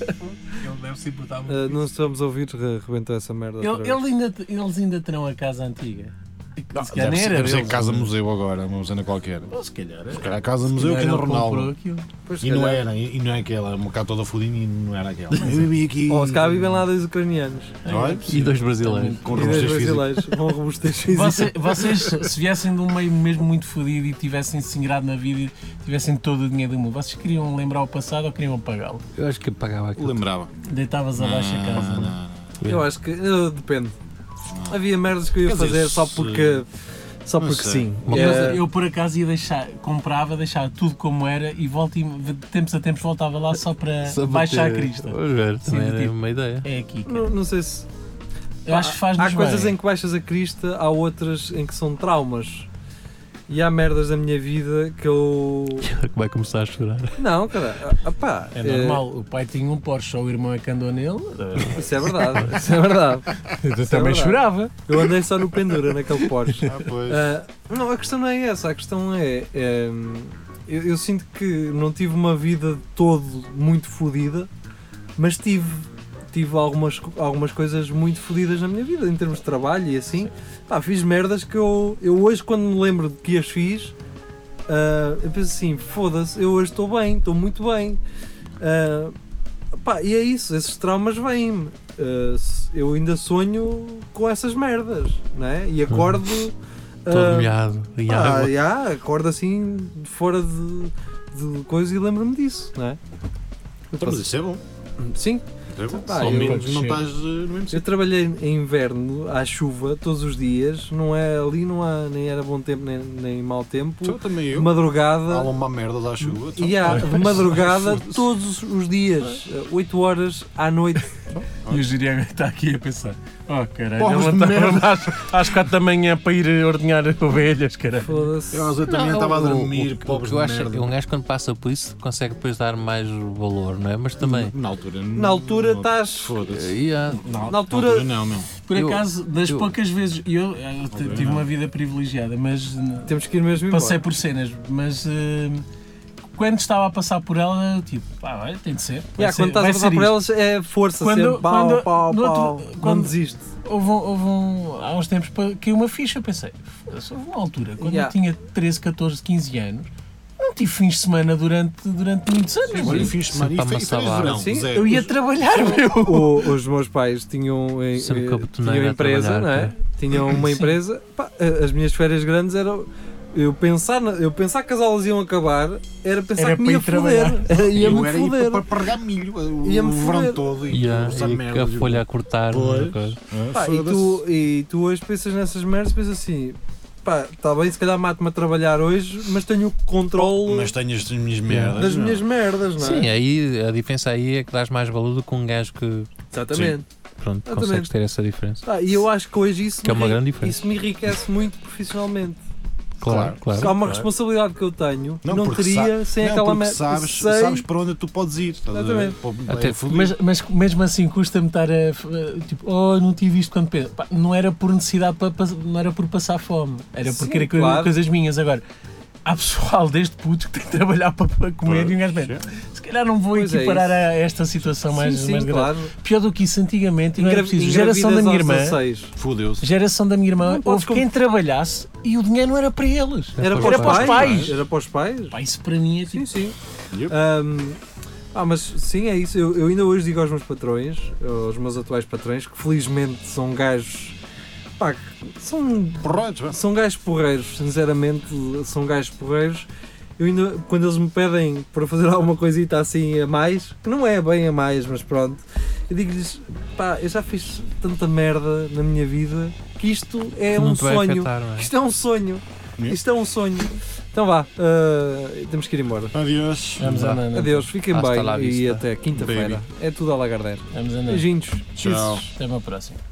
S7: Ele deve se importar muito.
S1: Ah, não estamos a ouvir, re- rebentou essa merda.
S3: Ele,
S1: outra vez.
S3: ele ainda, eles ainda terão a casa antiga. Se calhar
S2: Deve
S3: nem
S2: ser,
S3: era
S2: deve ser
S3: deles.
S2: Casa Museu agora, uma cena qualquer.
S3: Ou Se calhar.
S2: Se calhar Casa Museu que
S3: Ele
S2: era
S3: comprou
S2: Ronaldo.
S3: aquilo.
S1: Pois, se
S2: E não
S1: calhar-
S2: era, e não é aquela, uma cá toda fodinha e não era aquela. Eu vivi aqui.
S1: Ou se calhar vivem lá dois ucranianos
S2: Olha,
S4: E dois brasileiros.
S2: com
S1: e dois
S2: robustas físicas.
S1: brasileiros. Vão robustas físicas.
S2: é-
S3: Você- vocês, se viessem de um meio mesmo muito fodido e tivessem se ingrado na vida e tivessem todo o dinheiro do mundo, vocês queriam lembrar o passado ou queriam apagá-lo?
S4: Eu acho que pagava aquilo.
S2: Ah, Lembrava.
S3: Deitavas abaixo a casa. não é?
S1: Eu acho que eh, depende. Havia merdas que eu ia
S2: Quer dizer,
S1: fazer só
S2: se-
S1: porque. Só
S2: não
S1: porque
S2: sei.
S1: sim.
S4: Uma
S1: Eh,
S3: Mas eu por acaso ia deixar, comprava, deixava tudo como era e volta e- de tempos a tempos voltava lá só para
S4: Só para
S3: baixar
S4: ter-
S3: a crista.
S4: Pois é,
S3: Sim,
S4: também era
S3: tipo-
S4: uma ideia.
S3: É aqui. cara.
S1: não, não sei se.
S3: Eu acho que faz
S1: Há coisas em que baixas a crista, há outras em que são traumas. E há merdas da minha vida que eu.
S4: Vai começar a chorar.
S1: Não, cara. ah, pá,
S3: É
S1: eh,
S3: normal, o pai tinha um Porsche, só o irmão é que andou nele.
S1: Isso é verdade. Isso é verdade.
S3: Eu
S1: também
S3: chorava.
S1: Eu andei só no pendura naquele Porsche.
S2: Ah, pois.
S1: Ah, não, a questão não é essa, a questão é. eh, eu, eu sinto que não tive uma vida de todo muito fodida, mas tive, tive algumas, co- algumas coisas muito fodidas na minha vida, em termos de trabalho e assim. Pá, fiz merdas que eu, eu hoje, quando me lembro de que as fiz, ah, eu penso assim: foda-se, eu hoje estou bem, estou muito bem. Ah, pá, e é isso, esses traumas vêm-me. Ah, se- eu ainda sonho com essas merdas, não é? E acordo.
S4: Todo
S1: ah,
S4: molhado. Em
S1: ah,
S4: água.
S1: já, acordo assim de fora de, de coisa e lembro-me disso, não é?
S2: Então, mas isso é bom.
S1: Sim,
S2: Isso é bom.
S1: Pá,
S2: Só
S1: eu-
S2: menos não estás eh, no mesmo
S1: eu
S2: sítio.
S1: trabalhei em inverno, à chuva, todos os dias, não é ali, não há, nem era bom tempo nem, nem mau tempo,
S2: Então, também
S1: de
S2: eu.
S3: um
S2: Há
S1: madrugada,
S2: uma merda à chuva. então.
S1: eh, e é- há de madrugada todos os dias, 8 horas à noite.
S3: E o Jiriago está aqui a pensar: oh caralho,
S2: Pobres de
S3: ele levantava-me
S2: merda.
S3: às, às 4 da manhã para ir ordenhar ovelhas, caralho.
S1: Foda-se.
S2: Eu às oito da manhã
S4: Não,
S2: estava a
S4: o- o-
S2: dormir,
S4: o que
S2: pobres
S4: eu
S2: de
S4: acho é que Um
S2: merda.
S4: gajo quando passa por isso consegue depois dar mais valor, não é? Mas também.
S2: Na altura.
S1: Na altura
S2: não-
S1: estás.
S2: Foda-se.
S4: E há-
S1: Na altura
S2: não, meu.
S3: Por
S4: Eu-
S3: acaso, das
S4: eu-
S3: poucas vezes, eu, eu t- tive uma vida privilegiada, mas n-
S1: temos que ir mesmo embora.
S3: passei por cenas, mas. eh, quando estava a passar por ela, eu tipo, pá, olha, tem de ser. vai
S1: Já,
S3: ser-
S1: quando estás
S3: vai
S1: a passar
S3: ser
S1: por
S3: isto.
S1: elas é força
S3: Quando-
S1: sempre, pau,
S3: quando-
S1: pau,
S3: no outro-
S1: pau, não
S3: quando-
S1: desiste.
S3: Houve, um- houve um- há uns tempos pa- caiu uma ficha, eu pensei, "Foda-se, houve uma altura, quando
S1: Yeah.
S3: eu tinha 13, 14, 15 anos, não tive fins de semana durante, durante muitos anos. meu.
S2: Olha, fiz semana. E fe-
S4: Sempre há uma
S2: e fez
S4: salada.
S2: verão.
S1: Sim,
S2: zero.
S3: eu ia trabalhar, meu.
S1: O- os meus pais tinham, eh,
S4: Sempre
S1: eh,
S4: capitoneiro
S1: tinham
S4: a
S1: empresa, não
S4: trabalhar,
S1: é? Tinham uma empresa. Pá, eh, as minhas férias grandes eram. Eu pensar, na- eu pensar que as aulas iam acabar era pensar
S3: Era
S1: que me ia
S3: para ir
S1: foder. Ia-me
S2: Eu era aí
S1: foder.
S2: para pregar milho eh, o
S1: Ia-me
S2: o verão
S1: foder.
S2: todo.
S4: e há-
S2: essa
S4: e que
S2: merda,
S4: a
S2: tipo,
S4: folha a cortar.
S2: Pois.
S4: coisa.
S2: ah,
S1: Pá, e,
S2: foda-se.
S1: tu, e tu hoje pensas nessas merdas, pensas assim: pá, está bem, se calhar mato-me a trabalhar hoje, mas tenho o controle
S2: Mas tenho as minhas merdas.
S1: das
S2: não.
S1: minhas merdas, não é?
S7: Sim, aí a diferença aí é que dás mais valor do que um gajo que
S1: Exatamente.
S7: pronto,
S1: Exatamente.
S7: consegues ter essa diferença.
S1: Pá, e eu acho que hoje isso,
S7: Que é
S1: me
S7: uma
S1: enri-
S7: grande diferença.
S1: isso me enriquece muito profissionalmente.
S7: Claro, claro.
S1: Há uma responsabilidade que eu tenho que
S2: Não,
S1: não,
S2: porque
S1: teria sem
S2: Não,
S1: aquela
S2: porque
S1: merda.
S2: sabes,
S1: Sei-
S2: sabes para onde tu podes ir. estás a ver?
S1: Exatamente.
S2: Pô,
S7: Até
S2: é fudido.
S3: Mas, mas mesmo assim custa-me estar a. f- Tipo, oh, não tive isto quando penso. Pá, não era por necessidade, pa- pa- não era por passar fome. Era porque
S1: Sim,
S3: era co-
S1: claro.
S3: coisas minhas. Agora, há pessoal deste puto que tem que trabalhar para, para comer e um gajo pensa, se calhar não vou
S1: Pois é
S3: equiparar
S1: isso.
S3: a esta situação mais,
S1: sim, sim,
S3: mais grave.
S1: claro.
S3: Pior do que isso, antigamente, não era
S1: Engra-
S3: preciso. Geração da
S1: engravidas
S3: minha
S1: aos
S3: irmã.
S1: 16.
S2: Fudeu-se.
S3: Geração da minha irmã,
S1: Não podes
S3: houve
S1: com-
S3: quem trabalhasse e o dinheiro não era para eles.
S1: Era, para,
S7: para
S1: os
S3: os
S1: pais. é?
S3: pais.
S1: Era para os pais.
S3: Pá, isso para mim é tipo.
S1: Sim, sim.
S2: Yep.
S1: Ahm, ah, mas sim, é isso. Eu, eu ainda hoje digo aos meus patrões, aos meus atuais patrões, que felizmente são gajos. Pá, que são
S2: Porrotes, vá.
S1: São gajos porreiros, sinceramente, são gajos porreiros. Eu ainda, quando eles me pedem para fazer alguma coisita assim a mais, que não é bem a mais, mas pronto, eu digo-lhes, pá, eu já fiz tanta merda na minha vida que isto é
S7: Não
S1: um
S7: te vai
S1: sonho.
S7: afetar, não é? Hum?
S1: Isto é um sonho.
S2: Yeah.
S1: Isto é um sonho. Então vá, ah, temos que ir embora.
S2: Adeus.
S3: Vamos
S7: Vá.
S3: andando.
S1: Adeus, fiquem
S7: Hasta
S1: bem
S7: la
S1: e
S7: vista, Hum.
S1: até quinta-feira. É tudo a Lagardère.
S3: Vamos andando.
S1: Beijinhos.
S2: Tchau.
S1: Kisses.
S3: Até uma próxima.